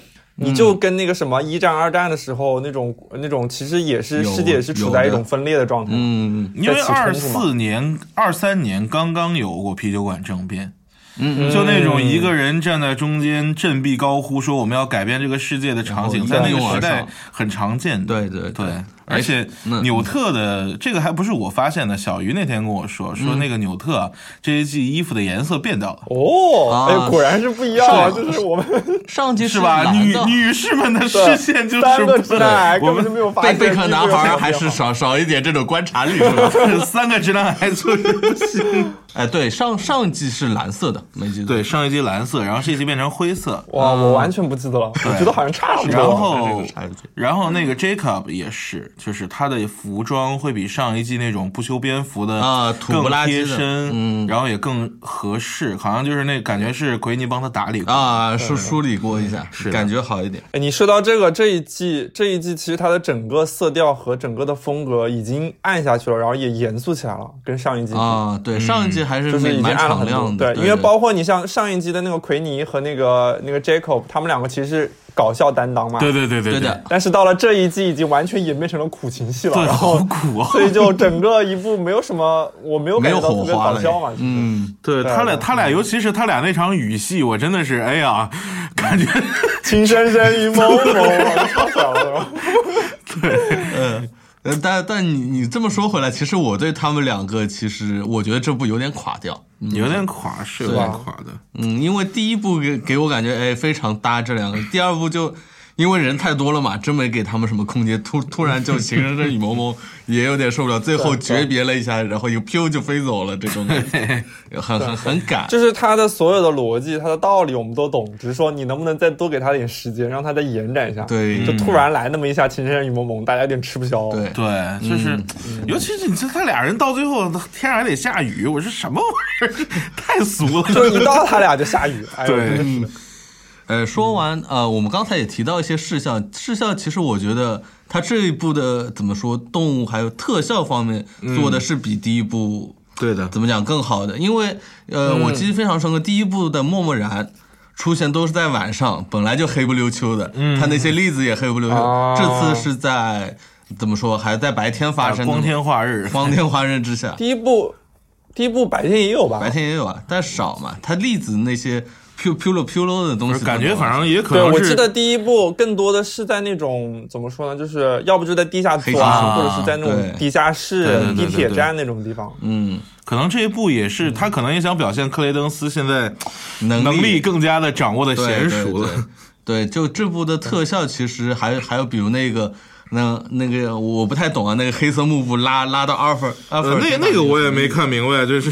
Speaker 3: 你就跟那个什么一战、二战的时候那种那种，其实也是
Speaker 1: 有
Speaker 3: 世界也是处
Speaker 1: 有
Speaker 3: 在一
Speaker 1: 的
Speaker 3: 种分裂的状态。
Speaker 1: 嗯，
Speaker 2: 因为
Speaker 3: 在起
Speaker 2: 二
Speaker 3: 冲突嘛
Speaker 2: 四年、二三年刚刚有过啤酒馆政变。嗯，就那种一个人站在中间振臂高呼说我们要改变这个世界的场景，
Speaker 1: 然
Speaker 2: 在
Speaker 1: 后
Speaker 2: 那
Speaker 1: 一
Speaker 2: 个
Speaker 1: 拥
Speaker 2: 时
Speaker 1: 而
Speaker 2: 代
Speaker 1: 上
Speaker 2: 很常见的。
Speaker 1: 对对
Speaker 2: 对，而且
Speaker 1: 那
Speaker 2: 纽特的这个还不是我发现的，小鱼那天跟我说，说那个纽特啊这一季衣服的颜色变掉了。
Speaker 3: 哦，
Speaker 1: 啊
Speaker 3: 哎，果然是不一样啊！
Speaker 1: 是
Speaker 3: 就是我们
Speaker 1: 上季
Speaker 2: 是吧？
Speaker 1: 男
Speaker 2: 女
Speaker 1: 的
Speaker 2: 女士们的视线就是
Speaker 3: 三个直
Speaker 2: 不
Speaker 3: 男癌
Speaker 2: 我
Speaker 3: 根本
Speaker 2: 们
Speaker 3: 就没有发
Speaker 1: 贝
Speaker 3: 现，
Speaker 1: 贝壳男孩儿还是
Speaker 3: 少。
Speaker 1: 少少一点这种观察力是吧？ *laughs*
Speaker 2: 三个直男癌就是不行。
Speaker 1: 哎，对，上上季是蓝色的，没记错。
Speaker 2: 对，上一季蓝色，然后这一季变成灰色。
Speaker 3: 哇，我完全不记得了，我觉得好像差不
Speaker 2: 然
Speaker 3: 多。
Speaker 2: 后
Speaker 1: 这个差距，
Speaker 2: 然后那个 Jacob 也是，就是他的服装会比上一季那种不修边幅的
Speaker 1: 啊土不拉
Speaker 2: 更
Speaker 1: 几
Speaker 2: 贴
Speaker 1: 的
Speaker 2: 身，嗯，然后也更合适，好像就是那感觉是奎尼帮他打理过。
Speaker 1: 啊，梳梳理过一下，
Speaker 2: 的
Speaker 1: 感觉好一点。
Speaker 3: 哎，你说到这个，这一季这一季其实它的整个色调和整个的风格已经暗下去了，然后也严肃起来了，跟上一季比
Speaker 1: 啊，对，上一季还是
Speaker 3: 嗯就是已经
Speaker 1: 蛮
Speaker 3: 暗了
Speaker 1: 敞
Speaker 3: 很多
Speaker 1: 亮。的，
Speaker 3: 因为包括你像上一季的那个奎尼和那个那个 Jacob，他们两个其实是搞笑担当嘛。
Speaker 2: 对对对对
Speaker 1: 对
Speaker 2: 对
Speaker 1: 的，，
Speaker 3: 但是到了这一季，已经完全演变成了苦情戏了。
Speaker 2: 对，
Speaker 3: 然
Speaker 2: 好
Speaker 1: *laughs*
Speaker 3: 后
Speaker 2: 苦啊！
Speaker 3: 所以就整个一部没有什么，我没有
Speaker 1: 没
Speaker 3: 感
Speaker 1: 有
Speaker 3: 觉到
Speaker 1: 火
Speaker 3: 特别
Speaker 1: 花
Speaker 3: 搞
Speaker 1: 了。
Speaker 3: 笑嘛。就是，
Speaker 1: 嗯，
Speaker 2: *laughs* 对
Speaker 3: 对
Speaker 2: 他俩，
Speaker 3: 对
Speaker 2: 他俩，尤其是他俩那场雨戏，我真的是，哎呀，感觉
Speaker 3: 情深深雨蒙蒙，我笑死了是吧。
Speaker 1: 呃但但你你这么说回来，其实我对他们两个，其实我觉得这部有点垮掉。
Speaker 2: 有点垮，是有
Speaker 1: 对
Speaker 2: 点垮的。
Speaker 1: 嗯，因为第一部给给我感觉哎非常搭这两个，第二部就因为人太多了嘛，真没给他们什么空间，突突然就情深深雨蒙蒙，也有点受不了，最后诀别了一下，然后又飘就飞走了，这种感觉很很很赶。
Speaker 3: 就是他的所有的逻辑，他的道理我们都懂，只是说你能不能再多给他点时间，让他再延展一下。，
Speaker 1: 对
Speaker 3: 就突然来那么一下情深深雨蒙蒙，大家有点吃不消。
Speaker 1: 对，
Speaker 2: 对，就是，尤其是你这他俩人到最后天还得下雨，我说什么玩意儿， *laughs* 太俗
Speaker 3: 就
Speaker 2: 了。
Speaker 3: 一到他俩就下
Speaker 2: *laughs*
Speaker 3: 雨，哎呦，
Speaker 2: 对
Speaker 3: 真的是
Speaker 1: 呃，说完呃，我们刚才也提到一些事项，事项其实我觉得它这一部的怎么说，动物还有特效方面
Speaker 2: 嗯
Speaker 1: 做的是比第一部
Speaker 2: 对的，
Speaker 1: 怎么讲更好的？因为呃，
Speaker 2: 嗯
Speaker 1: 我记忆非常深刻，第一部的《默默然》出现都是在晚上，本来就黑不溜秋的，嗯，他那些例子也黑不溜秋。
Speaker 3: 哦
Speaker 1: 这次是在怎么说，还在白天发生的嘛、
Speaker 2: 啊光天化日，
Speaker 1: 光天化日之下，
Speaker 3: 第一部，第一部白天也有吧？
Speaker 1: 白天也有啊，但少嘛。他粒子那些 pu pu 了 pu 了的东西，
Speaker 2: 感觉反正也可
Speaker 3: 对，
Speaker 2: 能
Speaker 3: 我
Speaker 2: 是
Speaker 3: 记得第一部更多的是在那种怎么说呢，就是要不就在地下
Speaker 1: 黑
Speaker 3: 做
Speaker 1: 暗
Speaker 3: 啊，
Speaker 1: 啊
Speaker 3: 或者是在那
Speaker 1: 对
Speaker 3: 种地下室
Speaker 2: 对对对、对
Speaker 3: 地铁
Speaker 2: 对
Speaker 3: 站那种地方。
Speaker 1: 嗯，
Speaker 2: 可能这一部也是他可能也想表现克雷登斯现在
Speaker 1: 能
Speaker 2: 能力更加的掌握的 *laughs* 娴熟
Speaker 1: 对对
Speaker 2: 了。嗯
Speaker 1: 对，对就这部的特效，其实还还有比如那个。那那个我不太懂啊，那个黑色幕布拉拉到阿尔法阿尔法
Speaker 2: 呃，那那个我也没看明白，就是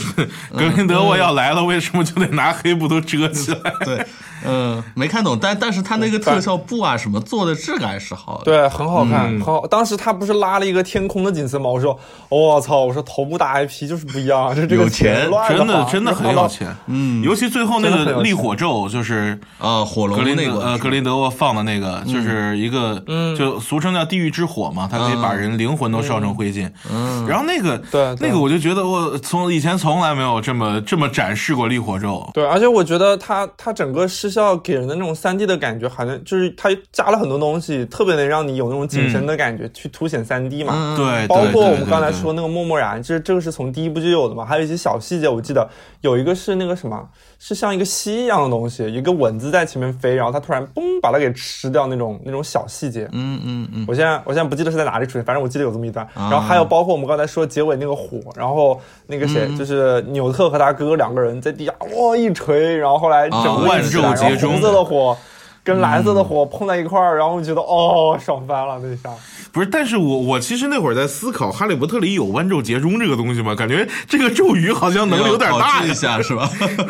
Speaker 2: 格林德沃要来了，为什么就得拿黑布都遮起来？
Speaker 1: 对，嗯，没看懂，但但是他
Speaker 2: 嗯
Speaker 1: 那个特效布啊什么做的质感是好的。，
Speaker 3: 对，很好看，
Speaker 2: 嗯
Speaker 3: 很好。当时他不是拉了一个天空的景色吗？我说，我操！我说头部大 IP 就是不一样啊，就这
Speaker 1: 有
Speaker 3: 个
Speaker 1: 钱
Speaker 3: 乱
Speaker 2: 真的
Speaker 3: 的
Speaker 2: 真的很有。钱，嗯，尤其最后那
Speaker 3: 真的很
Speaker 2: 个
Speaker 3: 有钱
Speaker 2: 力火咒，就是
Speaker 1: 啊，火
Speaker 2: 格
Speaker 1: 龙
Speaker 2: 林
Speaker 1: 那
Speaker 2: 德
Speaker 1: 个，
Speaker 2: 呃格林德沃放的那个，就是
Speaker 3: 嗯
Speaker 2: 一个，就俗称叫地狱之火嘛，它可以把人灵魂都烧成灰烬。嗯，然后那个，
Speaker 3: 对对
Speaker 2: 那个我就觉得我从以前从来没有这么这么展示过力火咒。
Speaker 3: 对，而且我觉得它它整个视效给人的那种三 D 的感觉，好像就是它加了很多东西，特别能让你有那种景深的感觉，去凸显三 D 嘛。
Speaker 1: 嗯
Speaker 2: 对，
Speaker 3: 包
Speaker 2: 对
Speaker 3: 括我
Speaker 2: 对
Speaker 3: 们
Speaker 2: 对
Speaker 3: 刚才
Speaker 2: 对
Speaker 3: 说那个默默然，这这个是从第一部就有的嘛，还有一些小细节，我记得有一个是那个什么，是像一个蜥一样的东西，一个蚊子在前面飞，然后它突然嘣把它给吃掉那种那种小细节。
Speaker 1: 嗯嗯嗯，
Speaker 3: 我现在我现在不记得是在哪里出现，反正我记得有这么一段。然
Speaker 2: 啊
Speaker 3: 后还有包括我们刚才说结尾那个火，然后那个谁、
Speaker 2: 嗯
Speaker 3: 就是纽特和他哥哥两个人在地下哇一锤，然后后来整
Speaker 1: 啊
Speaker 3: 个
Speaker 2: 万
Speaker 3: 一起来
Speaker 2: 众皆
Speaker 3: 然后红
Speaker 2: 中嗯
Speaker 3: 色的火。跟蓝色的火碰在一块儿，然后我觉得哦，爽翻了那一下。
Speaker 2: 不是，但是我我其实那会儿在思考，《哈利波特》里有万咒结中这个东西吗？感觉这个咒语好呃像能力有点
Speaker 1: 要考
Speaker 2: 大
Speaker 1: 据
Speaker 2: 呀
Speaker 1: 一。下是吧？ *laughs*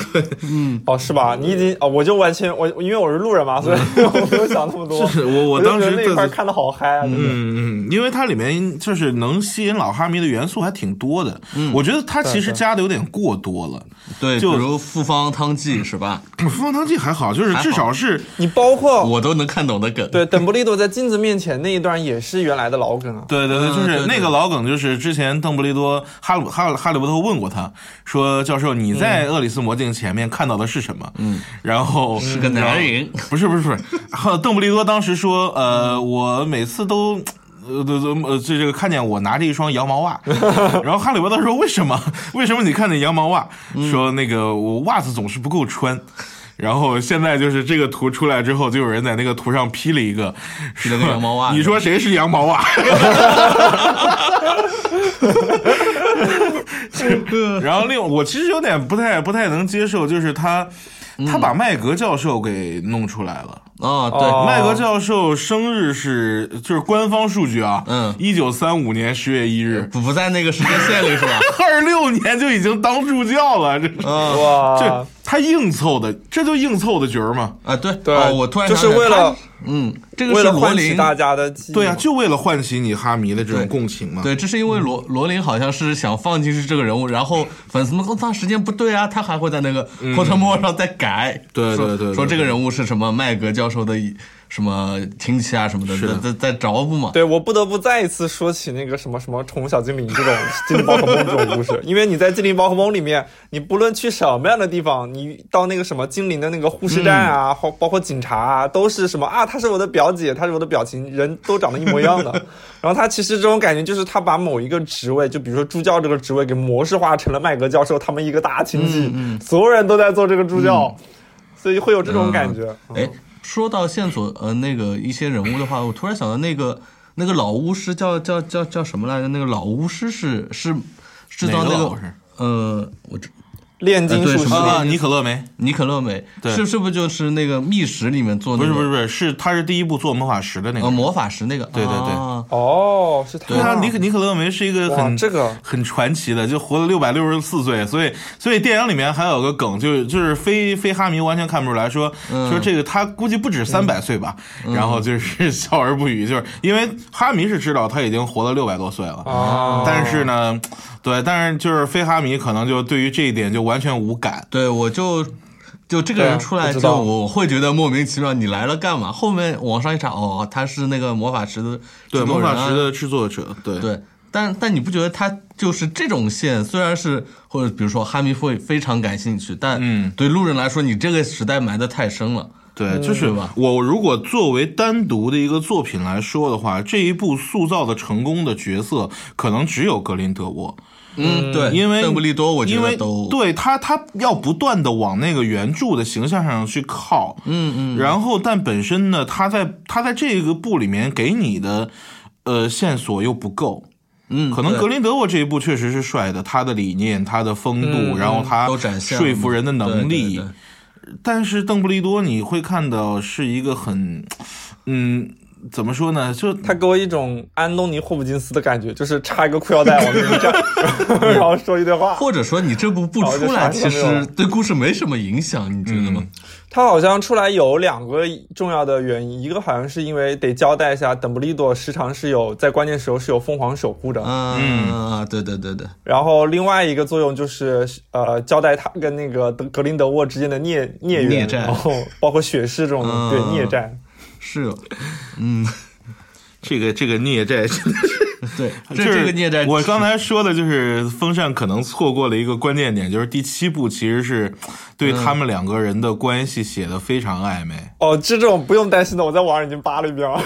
Speaker 3: 哦，是吧？你已经哦，我就完全我因为我是路人嘛，所以 *laughs* 我没有想那么多。
Speaker 2: 嗯 *laughs* 是是我我
Speaker 3: 就觉
Speaker 2: 当时
Speaker 3: 得那
Speaker 2: 在
Speaker 3: 一块看的好嗨啊！真的
Speaker 2: 嗯嗯，因为它里面就是能吸引老哈迷的元素还挺多的，
Speaker 3: 嗯
Speaker 2: 我觉得它其实加的有点过多了。
Speaker 1: 对，比
Speaker 2: 就
Speaker 1: 如复方汤剂是吧？
Speaker 2: 复方汤剂还好，就是
Speaker 1: 还好
Speaker 2: 至少是
Speaker 3: 你包括
Speaker 1: 我都能看懂的梗。
Speaker 3: 对邓布利多在镜子面前那一段也是原来的老
Speaker 2: *laughs*
Speaker 3: 梗啊。
Speaker 2: 对对对，
Speaker 1: 嗯
Speaker 2: 就
Speaker 1: 对对
Speaker 2: 是那个老梗，就是之前邓布利多哈鲁哈哈利波特问过他说：“教授，你在
Speaker 1: 嗯
Speaker 2: 厄里斯魔镜前面看到的是什么？”嗯，然后是
Speaker 1: 个男人，
Speaker 2: 不是不是不是，哈邓布利多当时说：“呃，
Speaker 1: 嗯
Speaker 2: 我每次都。”呃，都都呃，这这个看见我拿着一双羊
Speaker 1: *laughs*
Speaker 2: 毛袜，然后哈利波
Speaker 1: 嗯
Speaker 2: 特说：“为什么？为什么你看见羊毛袜？”说那个我袜子总是不够穿。然后现在就是这个图出来之后，就有人在那个图上 P 了一个，
Speaker 1: 是那个羊毛袜
Speaker 2: *laughs* 你说谁是羊毛袜？然后另我其实有点不太不太能接受，就是他他把麦格教授给弄出来了。
Speaker 1: *laughs* 哦，对，
Speaker 3: 哦
Speaker 2: 麦格教授生日是就是官方数据啊，
Speaker 1: 嗯
Speaker 2: 一九三五年十月一日，
Speaker 1: 不不在那个时间线里是
Speaker 2: *laughs*
Speaker 1: 吧？
Speaker 2: 二六年就已经当助教了，这是。
Speaker 1: 嗯
Speaker 2: 这
Speaker 3: 哇，
Speaker 2: 他硬凑的，这就硬凑的角儿嘛。
Speaker 1: 啊，对，
Speaker 3: 对
Speaker 1: 哦，我突然
Speaker 3: 就
Speaker 1: 想
Speaker 3: 是
Speaker 1: 起来
Speaker 3: 为了
Speaker 1: 他嗯，这个
Speaker 3: 为
Speaker 1: 是
Speaker 3: 了
Speaker 1: 罗
Speaker 3: 唤起
Speaker 1: 琳
Speaker 3: 大家的记忆，
Speaker 2: 对啊呀、就为了唤起你哈迷的这
Speaker 1: 对
Speaker 2: 种共情嘛。嗯
Speaker 1: 对，这是因为罗罗琳好像是想放进去这个人物，然后粉丝们说他时间不对啊，他还会在那个 p o t m o r e 上再改，
Speaker 2: 嗯对
Speaker 1: 说
Speaker 2: 对对对
Speaker 1: 说这个人物是什么麦格教授的什么亲戚啊什么的，
Speaker 2: 是的
Speaker 1: 在在在找补嘛。
Speaker 3: 对我不得不再一次说起那个什么什么宠物小精灵这种精灵宝可梦这种故事，因为你在精灵宝可梦里面，你不论去什么样的地方，你到那个什么精灵的那个护士站
Speaker 2: 嗯
Speaker 3: 啊，或、包括警察啊，都是什么啊，她是我的表姐，她是我的表情，人都长得一模一样的。然后他其实这种感觉就是他把某一个职位，就比如说助教这个职位给模式化成了麦格教授他们一个大亲戚，
Speaker 2: 嗯
Speaker 3: 所有人都在做这个助教，所以会有这种
Speaker 2: 嗯
Speaker 3: 感觉。
Speaker 1: 哎，说到线索，呃，那个一些人物的话，我突然想到那个那个老巫师叫叫叫叫什么来着？那个老巫师是是制造那
Speaker 2: 哪个
Speaker 1: 个
Speaker 2: 老师
Speaker 1: 呃，我这
Speaker 3: 炼
Speaker 1: 呃
Speaker 3: 金
Speaker 1: 对
Speaker 3: 术
Speaker 1: 什
Speaker 3: 师
Speaker 1: 么
Speaker 2: 啊，尼可乐没？
Speaker 1: 尼可乐美
Speaker 2: 对
Speaker 1: 是是不是就是那个密室里面做
Speaker 2: 不
Speaker 1: 那
Speaker 2: 是
Speaker 1: 个
Speaker 2: 不是不是，是他是第一部做魔法石的那个
Speaker 1: 呃
Speaker 2: 人。
Speaker 1: 魔法石那个？
Speaker 2: 对对对
Speaker 1: 啊
Speaker 3: 哦，是他
Speaker 2: 对啊，尼可尼可乐梅是一个
Speaker 3: 哇
Speaker 2: 很
Speaker 3: 这个
Speaker 2: 很传奇的，就活了六百六十四岁，所以所以电影里面还有个梗，就是就是非非哈迷完全看不出来说、
Speaker 3: 嗯
Speaker 2: 说这个他估计不止三百岁吧，然后就是 *laughs* 笑而不语，就是因为哈迷是知道他已经活了六百多岁了，
Speaker 3: 哦
Speaker 2: 但是呢，对，但是就是非哈迷可能就对于这一点就完全无感，
Speaker 1: 对，我就就这个
Speaker 3: 对
Speaker 1: 人
Speaker 3: 啊
Speaker 1: 出来
Speaker 3: 我
Speaker 1: 就
Speaker 3: 知道
Speaker 1: 我会觉得莫名其妙，你来了干嘛？后面网上一查，哦，他是那个魔法石的
Speaker 2: 对，
Speaker 1: 制作
Speaker 2: 魔
Speaker 1: 人啊
Speaker 2: 法石的制作者，对
Speaker 1: 对。但但你不觉得他就是这种线，虽然是或者比如说哈迷会非常感兴趣，但
Speaker 2: 嗯
Speaker 1: 对路人来说，你这个时代埋得太深了。嗯
Speaker 2: 对，就是
Speaker 1: 对吧
Speaker 2: 我如果作为单独的一个作品来说的话，这一部塑造的成功的角色可能只有格林德沃，
Speaker 1: 嗯，对，
Speaker 2: 因为
Speaker 1: 邓布利多，我觉
Speaker 2: 因
Speaker 1: 得
Speaker 2: 为
Speaker 1: 都
Speaker 2: 对他他要不断的往那个原著的形象上去靠，嗯嗯，然后但本身呢，他在他在这个部里面给你的呃线索又不够，
Speaker 1: 嗯，
Speaker 2: 可能
Speaker 1: 对
Speaker 2: 格林德沃这一部确实是帅的，他的理念、他的风度，然后他
Speaker 1: 嗯都展现了
Speaker 2: 说服人的能力。
Speaker 1: 对对对
Speaker 2: 但是邓布利多你会看到是一个很，嗯，怎么说呢？就
Speaker 3: 他给我一种安东尼·霍普金斯的感觉，就是插一个裤腰带往那一站， *laughs* 然后说一堆话。
Speaker 1: 或者说你这部不
Speaker 3: 哦然后就
Speaker 1: 出来，
Speaker 3: 啥
Speaker 1: 其
Speaker 3: 也没有
Speaker 1: 实对故事没什么影响，你觉得吗？
Speaker 3: 他好像出来有两个重要的原因，一个好像是因为得交代一下，邓布利多时常是有在关键时候是有凤凰守护的，
Speaker 1: 嗯，对对对对，
Speaker 3: 然后另外一个作用就是呃交代他跟那个德格林德沃之间的孽孽缘，
Speaker 1: 孽债
Speaker 3: 然后包括血誓这种、
Speaker 1: 嗯
Speaker 3: 对孽债。
Speaker 1: 是有，
Speaker 2: 这个这个孽债，
Speaker 1: 对，
Speaker 2: *laughs* 就 *laughs*
Speaker 1: 这
Speaker 2: 是
Speaker 1: 这个孽债，
Speaker 2: 我刚才说的就是风扇可能错过了一个关键点，就是第七部其实是对
Speaker 1: 嗯
Speaker 2: 他们两个人的关系写的非常暧昧。 *laughs*
Speaker 3: 哦，这这种不用担心的，我在网上已经扒了一遍了。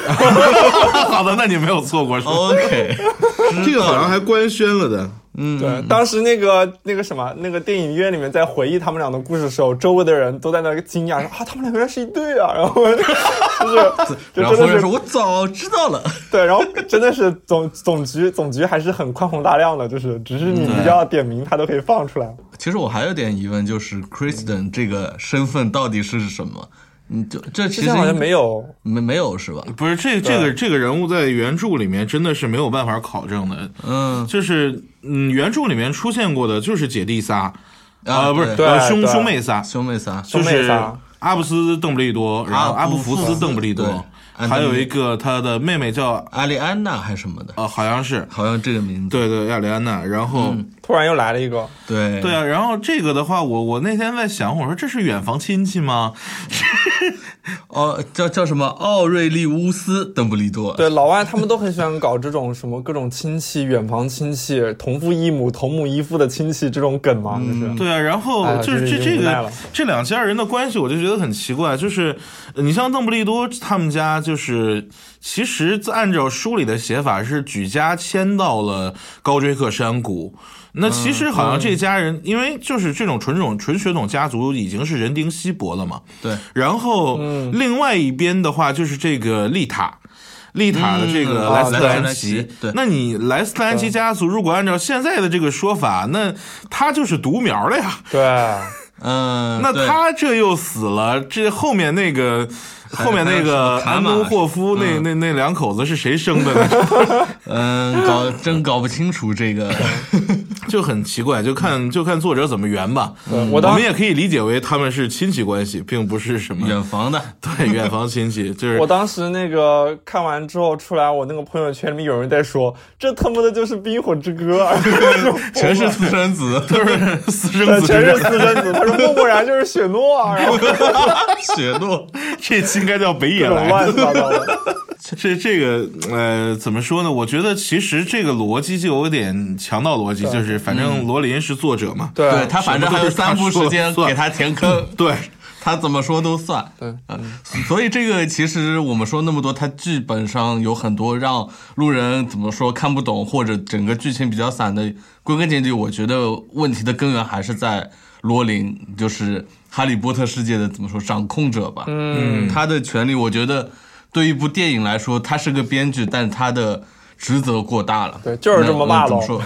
Speaker 3: *laughs*
Speaker 2: 好的，那你没有错过，是吧 *laughs*
Speaker 1: OK， *laughs*
Speaker 2: 这个好像还官宣了的。
Speaker 3: 对，
Speaker 1: 嗯
Speaker 3: 当时那个那个什么，那个电影院里面在回忆他们俩的故事的时候，周围的人都在那惊讶说啊，他们两个人是一对啊，然后 *laughs* 就是就
Speaker 1: 然后
Speaker 3: 真
Speaker 1: 夫
Speaker 3: 的
Speaker 1: 人说：“
Speaker 3: 是
Speaker 1: 我早知道了。 *laughs*
Speaker 3: 对，然后真的是总总局总局还是很宽宏大量的，就是只是你不要点名，他都可以放出来。”
Speaker 1: 其实我还有点疑问，就是 Kristen 这个身份到底是什么？你就这
Speaker 3: 之
Speaker 1: 其实
Speaker 3: 前好像没有，
Speaker 1: 没没有是吧？
Speaker 2: 不是这这个这个人物在原著里面真的是没有办法考证的，
Speaker 1: 嗯，
Speaker 2: 就是嗯，原著里面出现过的就是姐弟仨，
Speaker 1: 啊
Speaker 2: 呃，不是
Speaker 1: 对
Speaker 2: 呃
Speaker 3: 对
Speaker 2: 兄
Speaker 3: 对
Speaker 2: 兄妹仨，
Speaker 1: 兄妹仨，
Speaker 2: 就
Speaker 3: 兄
Speaker 2: 是
Speaker 3: 妹仨
Speaker 2: 阿布斯·邓布利多，然后
Speaker 1: 阿
Speaker 2: 阿
Speaker 1: 布
Speaker 2: 布福斯·
Speaker 1: 福
Speaker 2: 邓布利
Speaker 1: 对
Speaker 2: 多，
Speaker 1: 安
Speaker 2: 还有
Speaker 1: 东尼
Speaker 2: 一个他的妹妹叫
Speaker 1: 阿丽安娜还是什么的，
Speaker 2: 呃，好像是
Speaker 1: 好像这个名字。
Speaker 2: 对对亚历安娜，然后。啊
Speaker 3: 突然又来了一个，
Speaker 1: 对
Speaker 2: 对啊，然后这个的话，我我那天在想，我说这是远房亲戚吗？
Speaker 1: 哦，叫叫什么奥瑞利乌斯·邓布利多？
Speaker 3: 对，老外他们都很喜欢搞这种什么各种亲戚、远房亲戚、同父异母、同母异父的亲戚这种梗嘛，就是、
Speaker 1: 嗯
Speaker 2: 对啊，然
Speaker 3: 哎
Speaker 2: 后
Speaker 3: 呀
Speaker 2: 就是
Speaker 3: 这
Speaker 2: 这
Speaker 3: 个
Speaker 2: 这
Speaker 3: 无奈
Speaker 2: 个
Speaker 3: 了
Speaker 2: 这两家人的关系，我就觉得很奇怪。就是呃你像邓布利多他们家，就是其实按照书里的写法是举家迁到了高追克山谷。那其实好像这家人，因为就是这种纯种纯血统家族已经是人丁稀薄了嘛。
Speaker 1: 对，
Speaker 2: 然后
Speaker 1: 嗯
Speaker 2: 另外一边的话就是这个丽塔。丽塔的这个
Speaker 1: 嗯
Speaker 2: 莱斯
Speaker 1: 哦
Speaker 2: 特
Speaker 1: 莱
Speaker 2: 兰
Speaker 1: 斯特
Speaker 2: 奇
Speaker 1: 兰奇，对嗯
Speaker 2: 那你莱斯特兰奇家族如果按照现在的这个说法，那他就是独苗了呀。
Speaker 3: 对，
Speaker 1: 嗯，
Speaker 2: 那
Speaker 1: 对
Speaker 2: 他这又死了，这后面那个后面那个
Speaker 1: 还有什么卡
Speaker 2: 安
Speaker 1: 玛
Speaker 2: 东霍夫那那那两口子是谁生
Speaker 1: *laughs*
Speaker 2: 的呢？
Speaker 1: 嗯搞真搞不清楚这
Speaker 2: *laughs*
Speaker 1: 个，
Speaker 2: 就很奇怪，就看就看作者怎么圆吧。
Speaker 3: 嗯
Speaker 2: 我
Speaker 3: 我当
Speaker 2: 们也可以理解为他们是亲戚关系，并不是什么
Speaker 1: 远房的，，
Speaker 2: 对 *laughs* 远房亲戚，就是
Speaker 3: 我当时那个看完之后出来，我那个朋友圈里面有人在说，这他妈的就是《冰火之歌》啊
Speaker 2: *laughs*
Speaker 3: *laughs*
Speaker 1: 全是私生子，
Speaker 2: 就是私生
Speaker 3: 对
Speaker 2: 子
Speaker 3: 全
Speaker 2: 之
Speaker 3: 是
Speaker 2: 战
Speaker 3: 私生子，他说莫莫然就是雪诺啊，
Speaker 2: *laughs*
Speaker 3: 然后
Speaker 1: 雪诺，
Speaker 2: 这期应该叫北野
Speaker 3: 各种
Speaker 2: 来。
Speaker 3: 乱七八糟的。
Speaker 2: *laughs* 这这个呃，怎么说呢？我觉得其实这个逻辑就有点强盗逻辑，就是反正罗琳是作者嘛，
Speaker 1: 对他反正还有三步时间
Speaker 2: 什么都是他说了算
Speaker 1: 给他填坑，
Speaker 2: 对
Speaker 1: 他怎么说都算。
Speaker 3: 对，
Speaker 1: 嗯，所以这个其实我们说那么多，它剧本上有很多让路人怎么说看不懂，或者整个剧情比较散的，归根结底，我觉得问题的根源还是在罗琳，就是哈利波特世界的怎么说掌控者吧。嗯，他的权利，我觉得对一部电影来说，他是个编剧，但他的职责过大了。
Speaker 3: 对就是这么
Speaker 1: 那
Speaker 3: 霸
Speaker 1: 那怎
Speaker 3: 道
Speaker 1: 么说？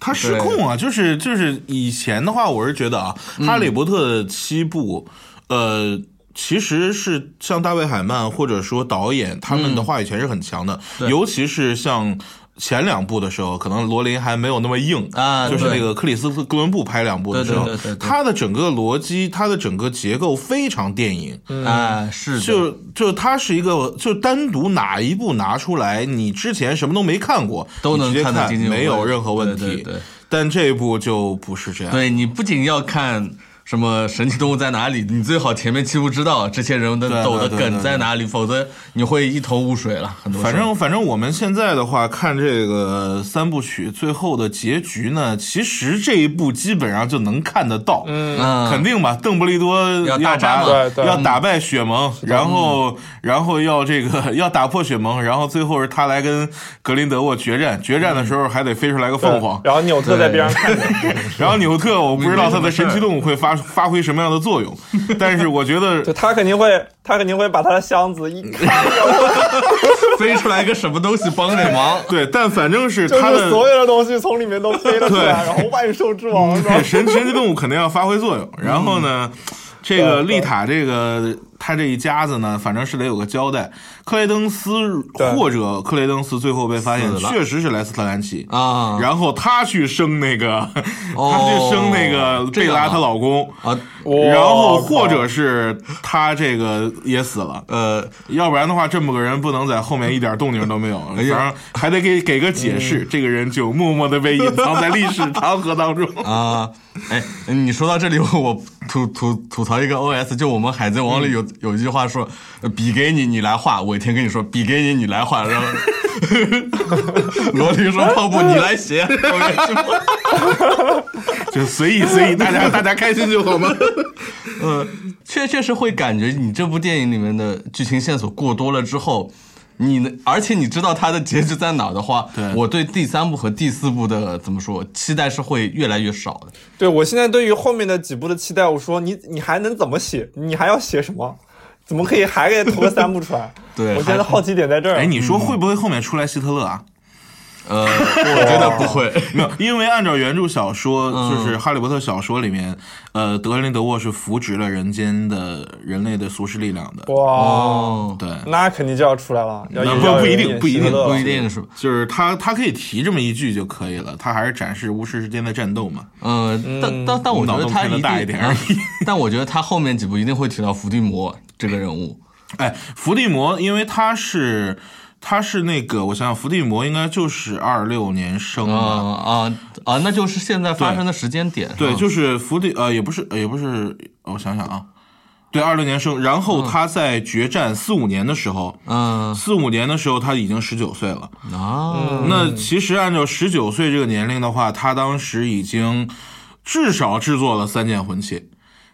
Speaker 2: 他失控啊！就是就是以前的话，我是觉得啊，哈
Speaker 1: 嗯
Speaker 2: 利波特》七部，呃。其实是像大卫海曼或者说导演，他们的话语权是很强的，
Speaker 1: 嗯对
Speaker 2: 尤其是像前两部的时候，可能罗琳还没有那么硬
Speaker 1: 啊
Speaker 2: 就是
Speaker 1: 对
Speaker 2: 那个克里斯特·哥伦布拍两部的时候
Speaker 1: 对对对对，对
Speaker 2: 他的整个逻辑，他的整个结构非常电影，
Speaker 3: 嗯
Speaker 1: 啊，是的
Speaker 2: 就就它是一个，就单独哪一部拿出来，你之前什么都没看过，
Speaker 1: 都能
Speaker 2: 你直接
Speaker 1: 看
Speaker 2: 看
Speaker 1: 得津津有味
Speaker 2: 没有任何问题。
Speaker 1: 对对对
Speaker 2: 但这一部就不是这样。
Speaker 1: 对你不仅要看什么神奇动物在哪里，你最好前面几乎知道这些人
Speaker 2: 对
Speaker 1: 的抖的
Speaker 2: 对对
Speaker 1: 梗在哪里，否则你会一头雾水了。很多时候
Speaker 2: 反正反正我们现在的话，看这个三部曲最后的结局呢，其实这一部基本上就能看得到。嗯
Speaker 1: 嗯
Speaker 2: 肯定吧，邓布利多
Speaker 1: 要
Speaker 2: 要
Speaker 1: 大战嘛嗯
Speaker 2: 把
Speaker 3: 对对
Speaker 2: 要打败雪盟，然后然后要这个要打破雪盟，然后最后是他来跟格林德沃决战，决战的时候还得飞出来个凤凰
Speaker 3: 对，然后纽特在边上看着，
Speaker 2: 然后纽特，我不知道他的神奇动物会发发挥什么样的
Speaker 3: *laughs*
Speaker 2: 作用，但是我觉
Speaker 3: 就
Speaker 2: 得，
Speaker 3: 他肯定会，他肯定会把他的箱子一开，
Speaker 1: 飞出来个什么东西帮你忙， *laughs*
Speaker 2: 对，但反正是
Speaker 3: 就
Speaker 2: 他
Speaker 3: 是
Speaker 2: 的
Speaker 3: 所有的东西从里面都飞了出来，
Speaker 2: 对
Speaker 3: 然后万兽之王，是吧
Speaker 2: *laughs* 对神神奇动物肯定要发挥作用。然后呢，
Speaker 1: 嗯
Speaker 2: 这个丽塔这个他这一家子呢，反正是得有个交代。克雷登斯
Speaker 3: 对
Speaker 2: 或者克雷登斯最后被发现
Speaker 1: 死了
Speaker 2: 确实是莱斯特兰奇
Speaker 1: 啊
Speaker 2: 然后他去生那个，他去
Speaker 1: 哦
Speaker 2: 生那个
Speaker 1: 这
Speaker 2: 贝
Speaker 1: 样
Speaker 2: 拉
Speaker 1: 啊
Speaker 2: 她老公。
Speaker 1: 啊，
Speaker 3: 哇
Speaker 2: 然后或者是他这个也死了，
Speaker 1: 呃，
Speaker 2: 要不然的话，这么个人不能在后面一点动静都没
Speaker 1: *laughs*
Speaker 2: 有，
Speaker 1: 哎
Speaker 2: 反正还得给给个解
Speaker 1: 嗯
Speaker 2: 释，这个人就默默的被隐藏在历史长河当中。
Speaker 1: 啊，哎，你说到这里，我吐吐吐槽一个 OS，就我们《海贼王》里有、有一句话说，呃笔给你，你来画。我一天跟你说，笔给你，你来画。然后 *laughs* 罗琳 *laughs* 说，胖布你来写。后面就
Speaker 2: *laughs* 就随意
Speaker 1: *laughs*
Speaker 2: 随意，大家大家开心就好嘛。
Speaker 1: 呃，确确实会感觉你这部电影里面的剧情线索过多了之后，你呢而且你知道它的结局在哪儿的话，
Speaker 2: 对
Speaker 1: 我对第三部和第四部的怎么说期待是会越来越少的。
Speaker 3: 对我现在对于后面的几部的期待，我说你你还能怎么写？你还要写什么？怎么可以还给投个三部出来？
Speaker 1: *laughs* 对
Speaker 3: 我现在好奇点在这儿。
Speaker 2: *laughs* 哎，你
Speaker 1: 嗯
Speaker 2: 说会不会后面出来希特勒啊？
Speaker 1: 呃，我觉得不会。
Speaker 2: 没有，因为按照原著小说，
Speaker 1: 嗯
Speaker 2: 就是《哈利波特》小说里面，呃，德林德沃是扶植了人间的人类的俗世力量的。
Speaker 3: 哇，
Speaker 1: 哦，
Speaker 2: 对，
Speaker 3: 那肯定就要出来了。要
Speaker 2: 那
Speaker 3: 演
Speaker 2: 不
Speaker 3: 要
Speaker 2: 不一
Speaker 3: 演
Speaker 2: 定
Speaker 3: 演
Speaker 2: 不一
Speaker 3: 希
Speaker 2: 定
Speaker 3: 特勒
Speaker 1: 不一定是吧？
Speaker 2: 就是他他可以提这么一句就可以了，他还是展示巫师之间的战斗嘛。
Speaker 1: 呃，但但但我觉
Speaker 2: 脑
Speaker 1: 得
Speaker 2: 洞
Speaker 1: 他
Speaker 2: 开得
Speaker 1: 一
Speaker 2: 大
Speaker 1: 定啊
Speaker 2: 一点而已
Speaker 1: 但我觉得他后面几部一定会提到伏地魔这个人物。
Speaker 2: 哎，伏地魔，因为他是他是那个，我想想，伏地魔应该就是二六年生的。
Speaker 1: 啊啊啊！那就是现在发生的时间点。
Speaker 2: 对，
Speaker 1: 嗯
Speaker 2: 哦就是伏地呃，也不是，呃也不是，我想想啊，对，二六年生，然后他在决战四五年的时候，
Speaker 1: 嗯
Speaker 2: 四五年的时候他已经十九岁了。
Speaker 1: 啊，
Speaker 2: 那其实按照十九岁这个年龄的话，他当时已经至少制作了三件魂器，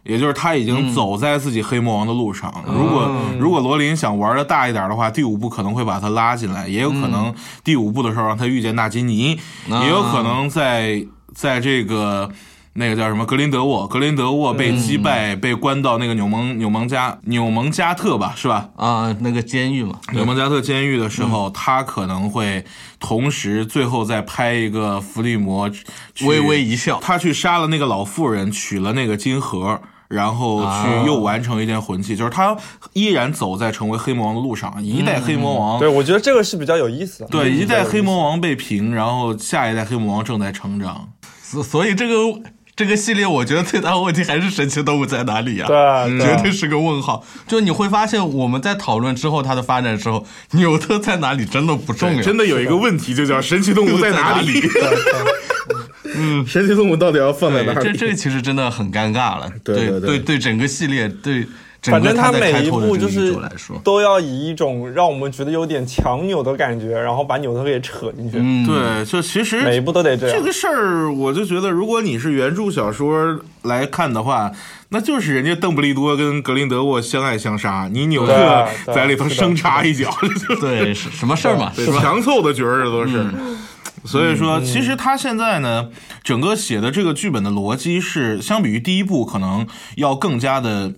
Speaker 2: 也就是他已经走在自己黑魔王的路上。如果如果罗琳想玩的大一点的话，第五部可能会把他拉进来，也有可能第五部的时候让他遇见纳吉尼，也有可能在在这个。那个叫什么格林德沃，格林德沃被击败，被关到那个纽蒙纽蒙加纽蒙加特吧，是吧？
Speaker 1: 啊，那个监狱嘛，
Speaker 2: 纽蒙加特监狱的时候，他可能会同时最后再拍一个伏地魔去
Speaker 1: 微微一笑
Speaker 2: 他去杀了那个老妇人，取了那个金盒。然后
Speaker 1: 啊
Speaker 2: 去又完成一件魂器，就是他依然走在成为黑魔王的路上。一
Speaker 1: 嗯
Speaker 2: 代黑魔王，
Speaker 3: 对，我觉得这个是比较有意思的。
Speaker 2: 对一代黑魔王被平，然后下一代黑魔王正在成长。
Speaker 1: 所所以这个这个系列，我觉得最大的问题还是神奇动物在哪里呀、
Speaker 3: 对，啊
Speaker 1: 嗯绝
Speaker 3: 对
Speaker 1: 对是个问号。就你会发现，我们在讨论之后它的发展之后，纽特在哪里真的不重要。
Speaker 4: 真的有一个问题，就叫神奇动物在哪
Speaker 2: *laughs*
Speaker 4: 里？ *laughs* 嗯，神奇动物到底要放在哪
Speaker 1: 对，这
Speaker 4: 里？
Speaker 1: 这其实真的很尴尬了。
Speaker 4: 对
Speaker 1: 对
Speaker 4: 对对
Speaker 1: 对，整个系列对整
Speaker 3: 反
Speaker 1: 个
Speaker 3: 正
Speaker 1: 它
Speaker 3: 他
Speaker 1: 在开
Speaker 3: 每一
Speaker 1: 头的
Speaker 3: 部
Speaker 1: 这
Speaker 3: 就
Speaker 1: 个宇
Speaker 3: 是
Speaker 1: 宙来说，
Speaker 3: 都要以一种让我们觉得有点强扭的感觉，然后把纽特给扯进去，
Speaker 1: 嗯，
Speaker 2: 对，这其实
Speaker 3: 每一部都得这样。
Speaker 2: 这个事儿，我就觉得，如果你是原著小说来看的话，那就是人家邓布利多跟格林德沃相爱相杀，你纽特
Speaker 3: 对啊
Speaker 2: 在里头
Speaker 3: 对
Speaker 2: 生插一脚，就是
Speaker 1: 对，是什么事儿嘛？是吧？
Speaker 2: 强凑的角儿，这都是。
Speaker 3: 嗯
Speaker 2: 所以说，其实他现在呢，整个写的这个剧本的逻辑是，相比于第一部，可能要更加的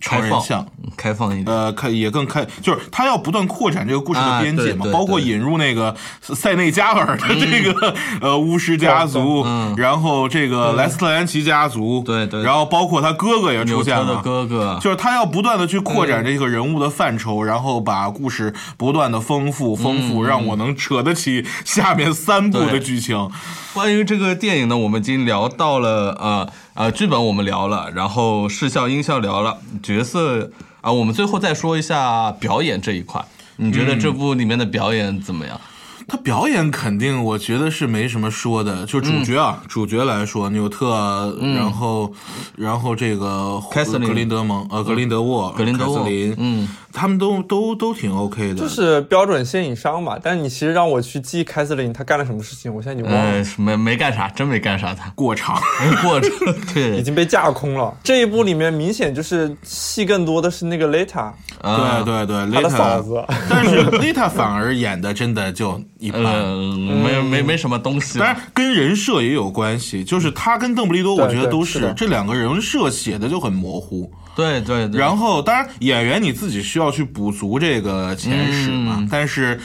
Speaker 2: 成
Speaker 1: 开
Speaker 2: 人
Speaker 1: 放
Speaker 2: 向。，
Speaker 1: 嗯开放一点。
Speaker 2: 呃，开也更开，就是他要不断扩展这个故事的
Speaker 1: 啊
Speaker 2: 边界
Speaker 1: 对
Speaker 2: 嘛，
Speaker 1: 对
Speaker 2: 包括
Speaker 1: 对
Speaker 2: 引入那个塞内加尔的这个、呃
Speaker 1: 嗯
Speaker 2: *laughs* 巫师家族，然后这个莱斯特兰奇家族，
Speaker 1: 对对
Speaker 2: 然后包括他哥哥也出
Speaker 1: 纽
Speaker 2: 现
Speaker 1: 特
Speaker 2: 了
Speaker 1: 的。哥哥，
Speaker 2: 就是他要不断的去扩展这个人物的范畴，
Speaker 1: 嗯
Speaker 2: 然后把故事不断的丰富丰富，让我能扯得起下面三部的
Speaker 1: 对
Speaker 2: 剧情。
Speaker 1: 关于这个电影呢，我们已经聊到了，呃呃，剧本我们聊了，然后视效、音效聊了，角色啊、我们最后再说一下表演这一块。你觉得这部里面的表演怎么样？
Speaker 2: 他表演肯定，我觉得是没什么说的。就主角
Speaker 1: 嗯
Speaker 2: 啊，主角来说，纽特，然后，然后这个
Speaker 1: 凯瑟琳
Speaker 2: 格林德蒙，呃，格林德沃，
Speaker 1: 嗯格林德沃
Speaker 2: 凯瑟琳，
Speaker 1: 嗯，
Speaker 2: 他们都都都挺 OK 的。
Speaker 3: 就是标准线以上嘛，但你其实让我去记凯瑟琳她干了什么事情，我现在已经
Speaker 2: 嗯
Speaker 3: 忘了，
Speaker 1: 呃，没没干啥，真没干啥他，
Speaker 2: 过场，
Speaker 1: 过程 *laughs*
Speaker 3: *laughs* 已
Speaker 1: 对，
Speaker 3: 经被架空了。这一部里面明显就是戏更多的是那个 Leta，
Speaker 2: 对
Speaker 1: 啊，
Speaker 2: 对对，
Speaker 3: 她
Speaker 2: 丽
Speaker 3: 的嫂
Speaker 2: 塔，
Speaker 3: 子，
Speaker 2: 但是丽塔反而演的真的就一般。
Speaker 1: 呃，没没没什么东西
Speaker 2: 当
Speaker 1: 了，
Speaker 2: 然，跟人设也有关系，就是他跟邓布利多，我
Speaker 3: 对
Speaker 2: 觉得
Speaker 3: 对
Speaker 2: 都
Speaker 3: 是的
Speaker 2: 这两个人设写的就很模糊。
Speaker 1: 对对对，
Speaker 2: 然后，当然演员你自己需要去补足这个前史嘛，
Speaker 1: 嗯
Speaker 2: 但是。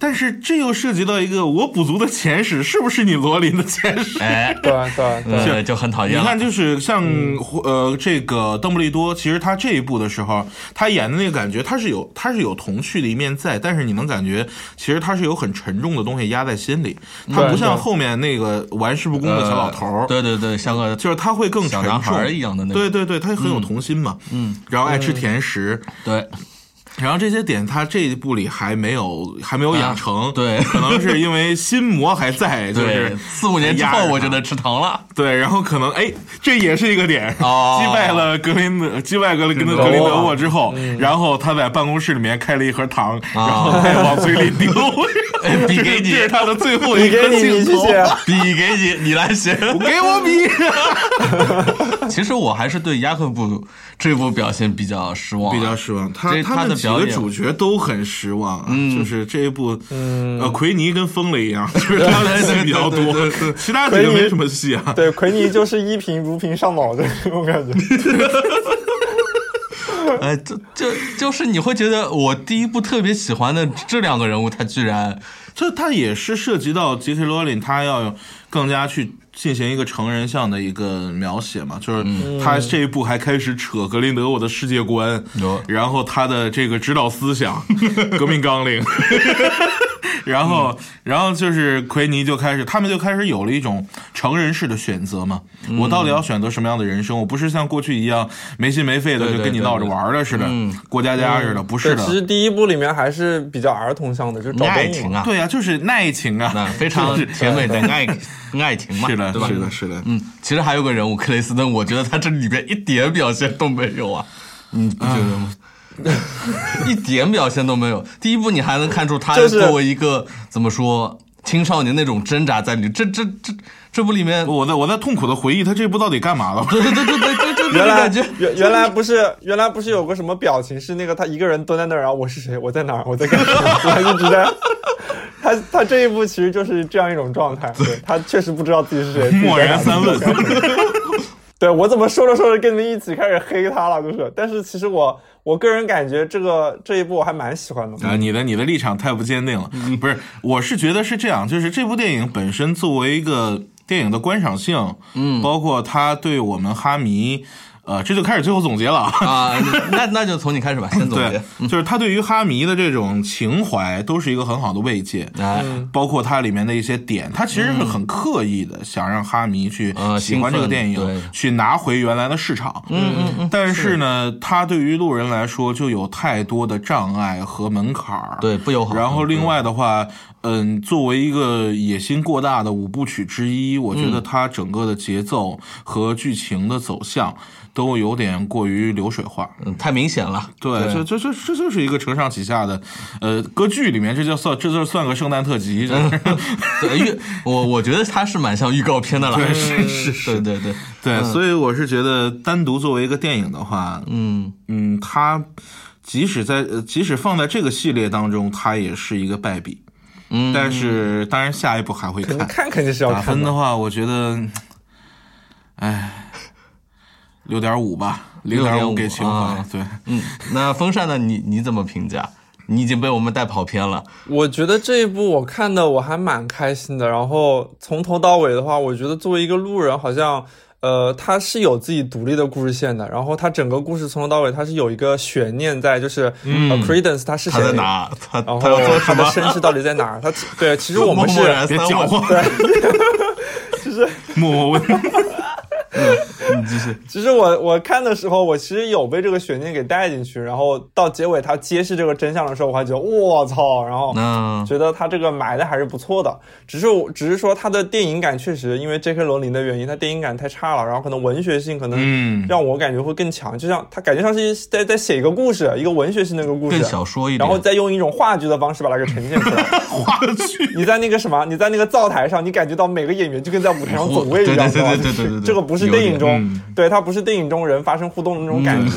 Speaker 2: 但是这又涉及到一个我补足的前史是不是你罗琳的
Speaker 1: *laughs*
Speaker 2: 前史？
Speaker 1: 哎，
Speaker 3: *laughs* 对啊对对，
Speaker 1: 呃，就很讨
Speaker 2: 你
Speaker 1: 厌
Speaker 2: 看，
Speaker 1: 了，
Speaker 2: 就是像、
Speaker 1: 嗯
Speaker 2: 呃这个邓布利多，其实他这一部的时候，他演的那个感觉，他是有他是有童趣的一面在，但是你能感觉其实他是有很沉重的东西压在心里，他
Speaker 3: 对
Speaker 2: 不像
Speaker 3: 对
Speaker 2: 后面那个玩世不恭的小老头儿、
Speaker 1: 呃对对对，像个
Speaker 2: 就是他会更
Speaker 1: 小
Speaker 2: 沉
Speaker 1: 男孩
Speaker 2: 重
Speaker 1: 儿一样的那种
Speaker 2: 对对对，他很有童心嘛，嗯，然后爱吃甜食，
Speaker 1: 对，
Speaker 2: 然后这些点他这一部里还没有还没有养成，
Speaker 1: 啊对
Speaker 2: *laughs* 可能是因为心魔还在，就是
Speaker 1: 对，四五年之
Speaker 2: 压着
Speaker 1: 后
Speaker 2: 他
Speaker 1: 我觉得吃糖了， *laughs*
Speaker 2: 对，然后可能哎，这也是一个点，
Speaker 1: 哦
Speaker 2: 击败了格林德，击败格林
Speaker 1: 格林德
Speaker 2: 德格
Speaker 1: 沃嗯
Speaker 2: 林德沃之后，然后他在办公室里面开了一盒糖，然后他也往嘴里丢，
Speaker 1: 啊 *laughs*
Speaker 2: *laughs*
Speaker 1: 哎比给你
Speaker 2: 这是他的最后
Speaker 3: 你
Speaker 2: 一
Speaker 3: 嗯 *laughs* 给
Speaker 2: 个
Speaker 3: 你你
Speaker 2: 镜
Speaker 3: 去
Speaker 2: 头，
Speaker 3: 写，
Speaker 1: 笔给你，你来写。
Speaker 2: 给我比。
Speaker 1: 其实我还是对雅克布这部表现比较失望啊，
Speaker 2: 比较失望。他
Speaker 1: 这
Speaker 2: 他
Speaker 1: 他的
Speaker 2: 们几
Speaker 1: 表
Speaker 2: 个
Speaker 1: 演嗯
Speaker 2: 主角都很失望啊，就是这一部，
Speaker 3: 嗯
Speaker 2: 呃，奎尼跟疯了一
Speaker 1: *laughs*
Speaker 2: 样，就是他的戏比较
Speaker 1: 对
Speaker 2: 多，其他几个没什么戏啊。
Speaker 3: *laughs* 对奎尼就是一瓶如瓶上脑的那种
Speaker 2: *laughs*
Speaker 3: 感觉。
Speaker 1: 哎，就就就是你会觉得我第一部特别喜欢的这两个人物，他居然
Speaker 2: 这他也是涉及到杰克罗琳，他要更加去进行一个成人向的一个描写嘛，
Speaker 1: 嗯
Speaker 2: 就是他这一部还开始扯格林德沃的世界观
Speaker 1: 有，
Speaker 2: 然后他的这个指导
Speaker 1: *laughs*
Speaker 2: 思想、革命纲领，然后
Speaker 1: 嗯
Speaker 2: 然后就是奎尼就开始，他们就开始有了一种成人式的选择嘛，
Speaker 1: 嗯
Speaker 2: 我到底要选择什么样的人生？我不是像过去一样没心没肺的
Speaker 1: 对
Speaker 2: 就
Speaker 1: 对
Speaker 2: 跟你
Speaker 1: 对
Speaker 2: 闹着
Speaker 1: 对嗯
Speaker 2: 玩儿的似的，过家家似的，不是
Speaker 3: 对，
Speaker 2: 的
Speaker 3: 其。实第一部里面还是比较儿童向的，就是找
Speaker 1: 爱
Speaker 3: 动物
Speaker 1: 情
Speaker 3: 嘛。
Speaker 1: 啊，
Speaker 2: 对呀、就是爱情啊，
Speaker 1: 那非常
Speaker 2: 就是
Speaker 1: 甜美的爱爱情嘛，
Speaker 2: 是的，
Speaker 1: 对吧？
Speaker 2: 是的，是的。
Speaker 1: 嗯，其实还有个人物克雷斯顿，我觉得他这里边一点表现都没有啊。你不觉得吗？ *laughs* 一点表现都没有。第一部你还能看出他
Speaker 3: 就是
Speaker 1: 作为一个怎么说青少年那种挣扎在里，这这这这部里面，
Speaker 2: 我在我在痛苦的回忆他这部到底干嘛了。 *laughs*
Speaker 1: 对对对对对对对，
Speaker 3: 原来
Speaker 1: 感觉
Speaker 3: 原原来不是原来不是有个什么表情是那个他一个人蹲在那儿，然后我是谁，我在哪儿，我在干
Speaker 2: *laughs*
Speaker 3: 什么，他一直在。他他这一步其实就是这样一种状态，对他确实不知道自己是谁，
Speaker 2: 默然
Speaker 3: 自己在
Speaker 2: 三
Speaker 3: 哪
Speaker 2: 问 *laughs*
Speaker 3: 儿。对我怎么说着说着跟你们一起开始黑他了，就是。但是其实我我个人感觉这个这一部我还蛮喜欢的。
Speaker 2: 啊，你的你的立场太不坚定了。不是，我是觉得是这样，就是这部电影本身作为一个电影的观赏性，嗯，包括它对我们哈迷，呃，这就开始最后总结了啊。
Speaker 1: *laughs* 啊，那那就从你开始吧，先总
Speaker 2: 对
Speaker 1: 结。，
Speaker 2: *laughs* 就是它对于哈迷的这种情怀，都是一个很好的慰藉。
Speaker 1: 哎，
Speaker 2: 包括它里面的一些点，它其实是很刻意的，想让哈迷去
Speaker 1: 呃
Speaker 2: 喜欢这个
Speaker 1: 兴奋
Speaker 2: 电
Speaker 1: 对
Speaker 2: 影，去拿回原来的市场。嗯嗯嗯。但是呢，它对于路人来说就有太多的障碍和门槛儿。
Speaker 1: 对，不友好。
Speaker 2: 然后
Speaker 1: 嗯
Speaker 2: 另外的话，嗯，作为一个野心过大的五部曲之一，我
Speaker 1: 嗯
Speaker 2: 觉得它整个的节奏和剧情的走向都有点过于流水化。
Speaker 1: 嗯，太明显了。
Speaker 2: 对，这这这这就是一个承上启下的，呃，歌剧里面这就算这就算个圣诞特辑，就是
Speaker 1: 嗯对预，我我觉得他是蛮像预告片的了。
Speaker 2: 对是
Speaker 1: 是是，对对对，
Speaker 2: *laughs* 对，所以我是觉得单独作为一个电影的话，
Speaker 1: 嗯，
Speaker 2: 嗯，它即使在呃即使放在这个系列当中，它也是一个败笔。
Speaker 1: 嗯，
Speaker 2: 但是当然下一步还会
Speaker 3: 肯
Speaker 2: 看
Speaker 3: 定，看肯定是要
Speaker 2: 打
Speaker 3: 看
Speaker 2: 分
Speaker 3: 的
Speaker 2: 的，话，我觉得，哎，六点五吧，零点
Speaker 1: 6.5
Speaker 2: 五给情怀
Speaker 1: 啊。
Speaker 2: 对，
Speaker 1: 嗯，那风扇呢？你你怎么评价？你已经被我们带跑偏了。
Speaker 3: 我觉得这一部我看的我还蛮开心的，然后从头到尾的话，我觉得作为一个路人，好像呃他是有自己独立的故事线的，然后他整个故事从头到尾他是有一个悬念在，就是、呃 Credence 他是
Speaker 1: 嗯他
Speaker 3: 谁，
Speaker 1: 在哪？他
Speaker 3: 然
Speaker 2: 哦
Speaker 1: 他要
Speaker 3: 后
Speaker 1: 做
Speaker 3: 他
Speaker 1: 什
Speaker 3: 的
Speaker 1: 么？
Speaker 3: 身世到底在哪儿？他 *laughs* 对，其实我们是
Speaker 1: 默然
Speaker 2: 别
Speaker 1: 三
Speaker 2: 搅
Speaker 1: 问
Speaker 2: 和，默默
Speaker 1: *laughs*
Speaker 2: 问。
Speaker 3: 其实我我看的时候，我其实有被这个悬念给带进去，然后到结尾他揭示这个真相的时候，我还觉得我操，然后
Speaker 1: 嗯
Speaker 3: 觉得他这个埋的还是不错的，只是我只是说他的电影感确实因为 J.K. 罗琳的原因，他电影感太差了，然后可能文学性可能
Speaker 2: 嗯
Speaker 3: 让我感觉会更强，就像他感觉像是在在写一个故事，一个文学性的一个故事
Speaker 1: 更，
Speaker 2: 啊
Speaker 1: 小说一点。
Speaker 3: 然后再用一种话剧的方式把它给呈现
Speaker 1: *laughs*
Speaker 3: 出来。
Speaker 2: 话剧，
Speaker 3: 你在那个什么，你在那个灶台上，你感觉到每个演员就跟在舞台上走位一样，
Speaker 1: 对对对对对对对对
Speaker 3: 这个不是电影
Speaker 1: 有嗯
Speaker 3: 中，对，它不是电影中人发生互动的那种感觉。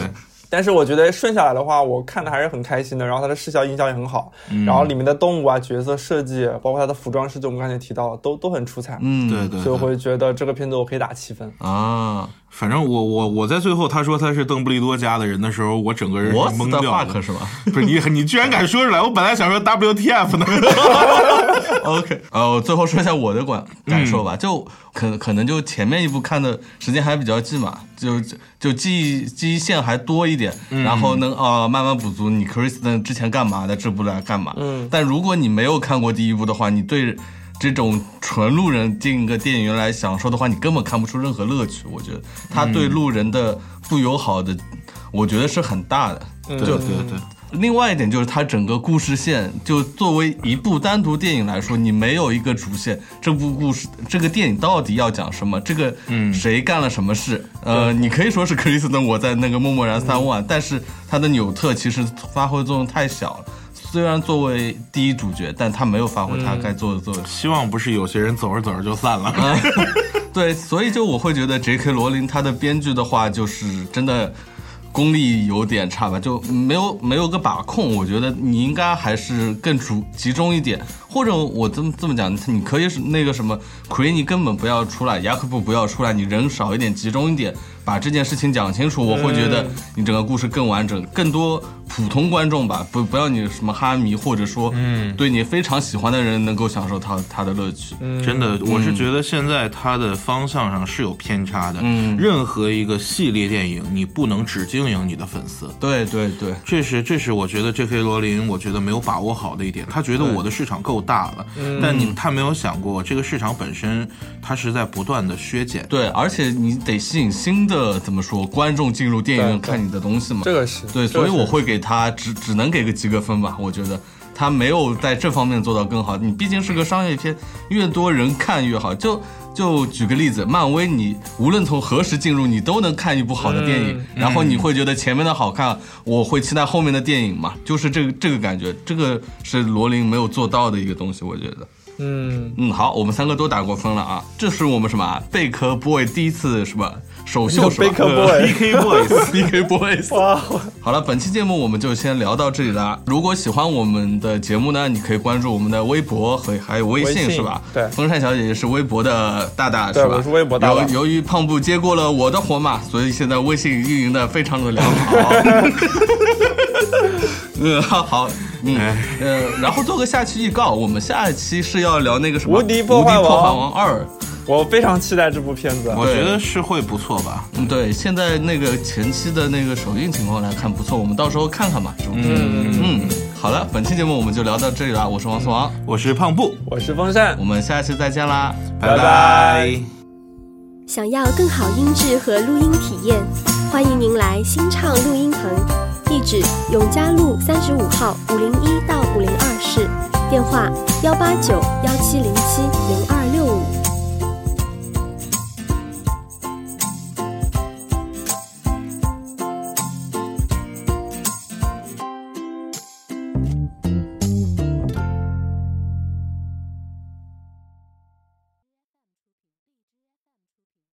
Speaker 3: 但是我觉得顺下来的话，我看的还是很开心的。然后它的视效、音效也很好，
Speaker 1: 嗯
Speaker 3: 然后里面的动物啊、角色设计，包括它的服装设计，我们刚才提到了，都都很出彩。
Speaker 1: 嗯，
Speaker 2: 对对
Speaker 3: 所以我
Speaker 2: 对，
Speaker 3: 会觉得这个片子我可以打七分。
Speaker 1: 啊，
Speaker 2: 反正我我我在最后他说他是邓布利多家的人的时候，我整个人是
Speaker 1: 我死
Speaker 2: 懵
Speaker 1: 的
Speaker 2: 掉
Speaker 1: fuck
Speaker 2: 的。
Speaker 1: 是吧？
Speaker 2: 不是你你居然敢说出来，我本来想说
Speaker 1: *laughs*
Speaker 2: WTF 呢。
Speaker 1: OK，呃，我最后说一下我的感感受吧，就可可能就前面一部看的时间还比较近嘛，就就记忆记忆线还多一点，然后能呃慢慢补足你 Kristen 之前干嘛的，这部来干嘛。嗯，但如果你没有看过第一部的话，你对这种纯路人进一个电影院来享受的话，你根本看不出任何乐趣。我觉得他对路人的不友好的，我觉得是很大的。
Speaker 2: *laughs* 对对对，
Speaker 1: 另外一点就是它整个故事线，就作为一部单独电影来说，你没有一个主线，这部故事这个电影到底要讲什么？这个谁干了什么事？呃，你可以说是克里斯顿我在那个默默然三万，但是他的纽特其实发挥作用太小了。虽然作为第一主角，但他没有发挥他该做的作用。
Speaker 2: 希望不是有些人走着走着就散
Speaker 1: *laughs*
Speaker 2: 了。
Speaker 1: 对，所以就我会觉得 J.K. 罗琳她的编剧的话，就是真的功力有点差吧，就没有没有个把控。我觉得你应该还是更主集中一点，或者我这么这么讲，你可以是那个什么奎尼根本不要出来，雅克布不要出来，你人少一点，集中一点，把这件事情讲清楚，我会觉得你整个故事更完整，更多普通观众吧，不不要你什么哈迷，或者说嗯，对你非常喜欢的人能够享受他他的乐趣。
Speaker 2: 真的，我是觉得现在它的方向上是有偏差的。
Speaker 1: 嗯
Speaker 2: 任何一个系列电影，你不能只经营你的粉丝。
Speaker 1: 对对对，
Speaker 2: 这是这是我觉得 J.K. 罗琳，我觉得没有把握好的一点。他觉得我的市场够大了，但你他没有想过这个市场本身，它是在不断的削减。
Speaker 1: 对，而且你得吸引新的怎么说观众进入电影院
Speaker 3: 对对
Speaker 1: 看你的东西嘛。
Speaker 3: 这个是
Speaker 1: 对，
Speaker 3: 这个
Speaker 1: 所以
Speaker 3: 是
Speaker 1: 我会给他只只能给个及格分吧，我觉得。它没有在这方面做到更好。你毕竟是个商业片，越多人看越好。就就举个例子，漫威你无论从何时进入，你都能看一部好的电影，
Speaker 3: 嗯
Speaker 1: 然后你会觉得前面的好看，我会期待后面的电影嘛，就是这个这个感觉，这个是罗琳没有做到的一个东西，我觉得。
Speaker 3: 嗯，
Speaker 1: 嗯，好，我们三个都打过分了啊，这是我们什么啊贝壳 boy 第一次是吧？首秀是吧
Speaker 3: Baker
Speaker 1: *laughs*
Speaker 3: Boy
Speaker 2: BK Boys，
Speaker 1: BK boys。
Speaker 3: 哇，
Speaker 1: 好了，本期节目我们就先聊到这里啦。如果喜欢我们的节目呢，你可以关注我们的微博和还有微
Speaker 3: 微信
Speaker 1: 是吧？
Speaker 3: 对
Speaker 1: 风扇小姐姐是微博的大大
Speaker 3: 对
Speaker 1: 是吧？
Speaker 3: 我是微博大大
Speaker 1: 由由于胖布接过了我的活嘛，所以现在微信运营的非常的良
Speaker 3: *laughs*
Speaker 1: 好。嗯，好，好，嗯，
Speaker 3: 哎
Speaker 1: 呃，然后做个下期预告，我们下一期是要聊那个什么《
Speaker 3: 无敌破坏
Speaker 1: 无敌
Speaker 3: 王
Speaker 1: 二》。
Speaker 3: 我非常期待这部片子。
Speaker 2: 我觉得是会不错吧。
Speaker 1: 嗯，对，现在那个前期的那个首映情况来看不错，我们到时候看看吧，是不是？嗯好了，本期节目我们就聊到这里了，我是王思王，
Speaker 2: 我是胖布，
Speaker 3: 我是风扇
Speaker 1: 我，们下期再见啦，
Speaker 3: 拜拜
Speaker 5: 想要更好音质和录音体验，欢迎您来新畅录音棚，地址永嘉路三十五号五零一到五零二室，电话幺八九幺七零七零二六五。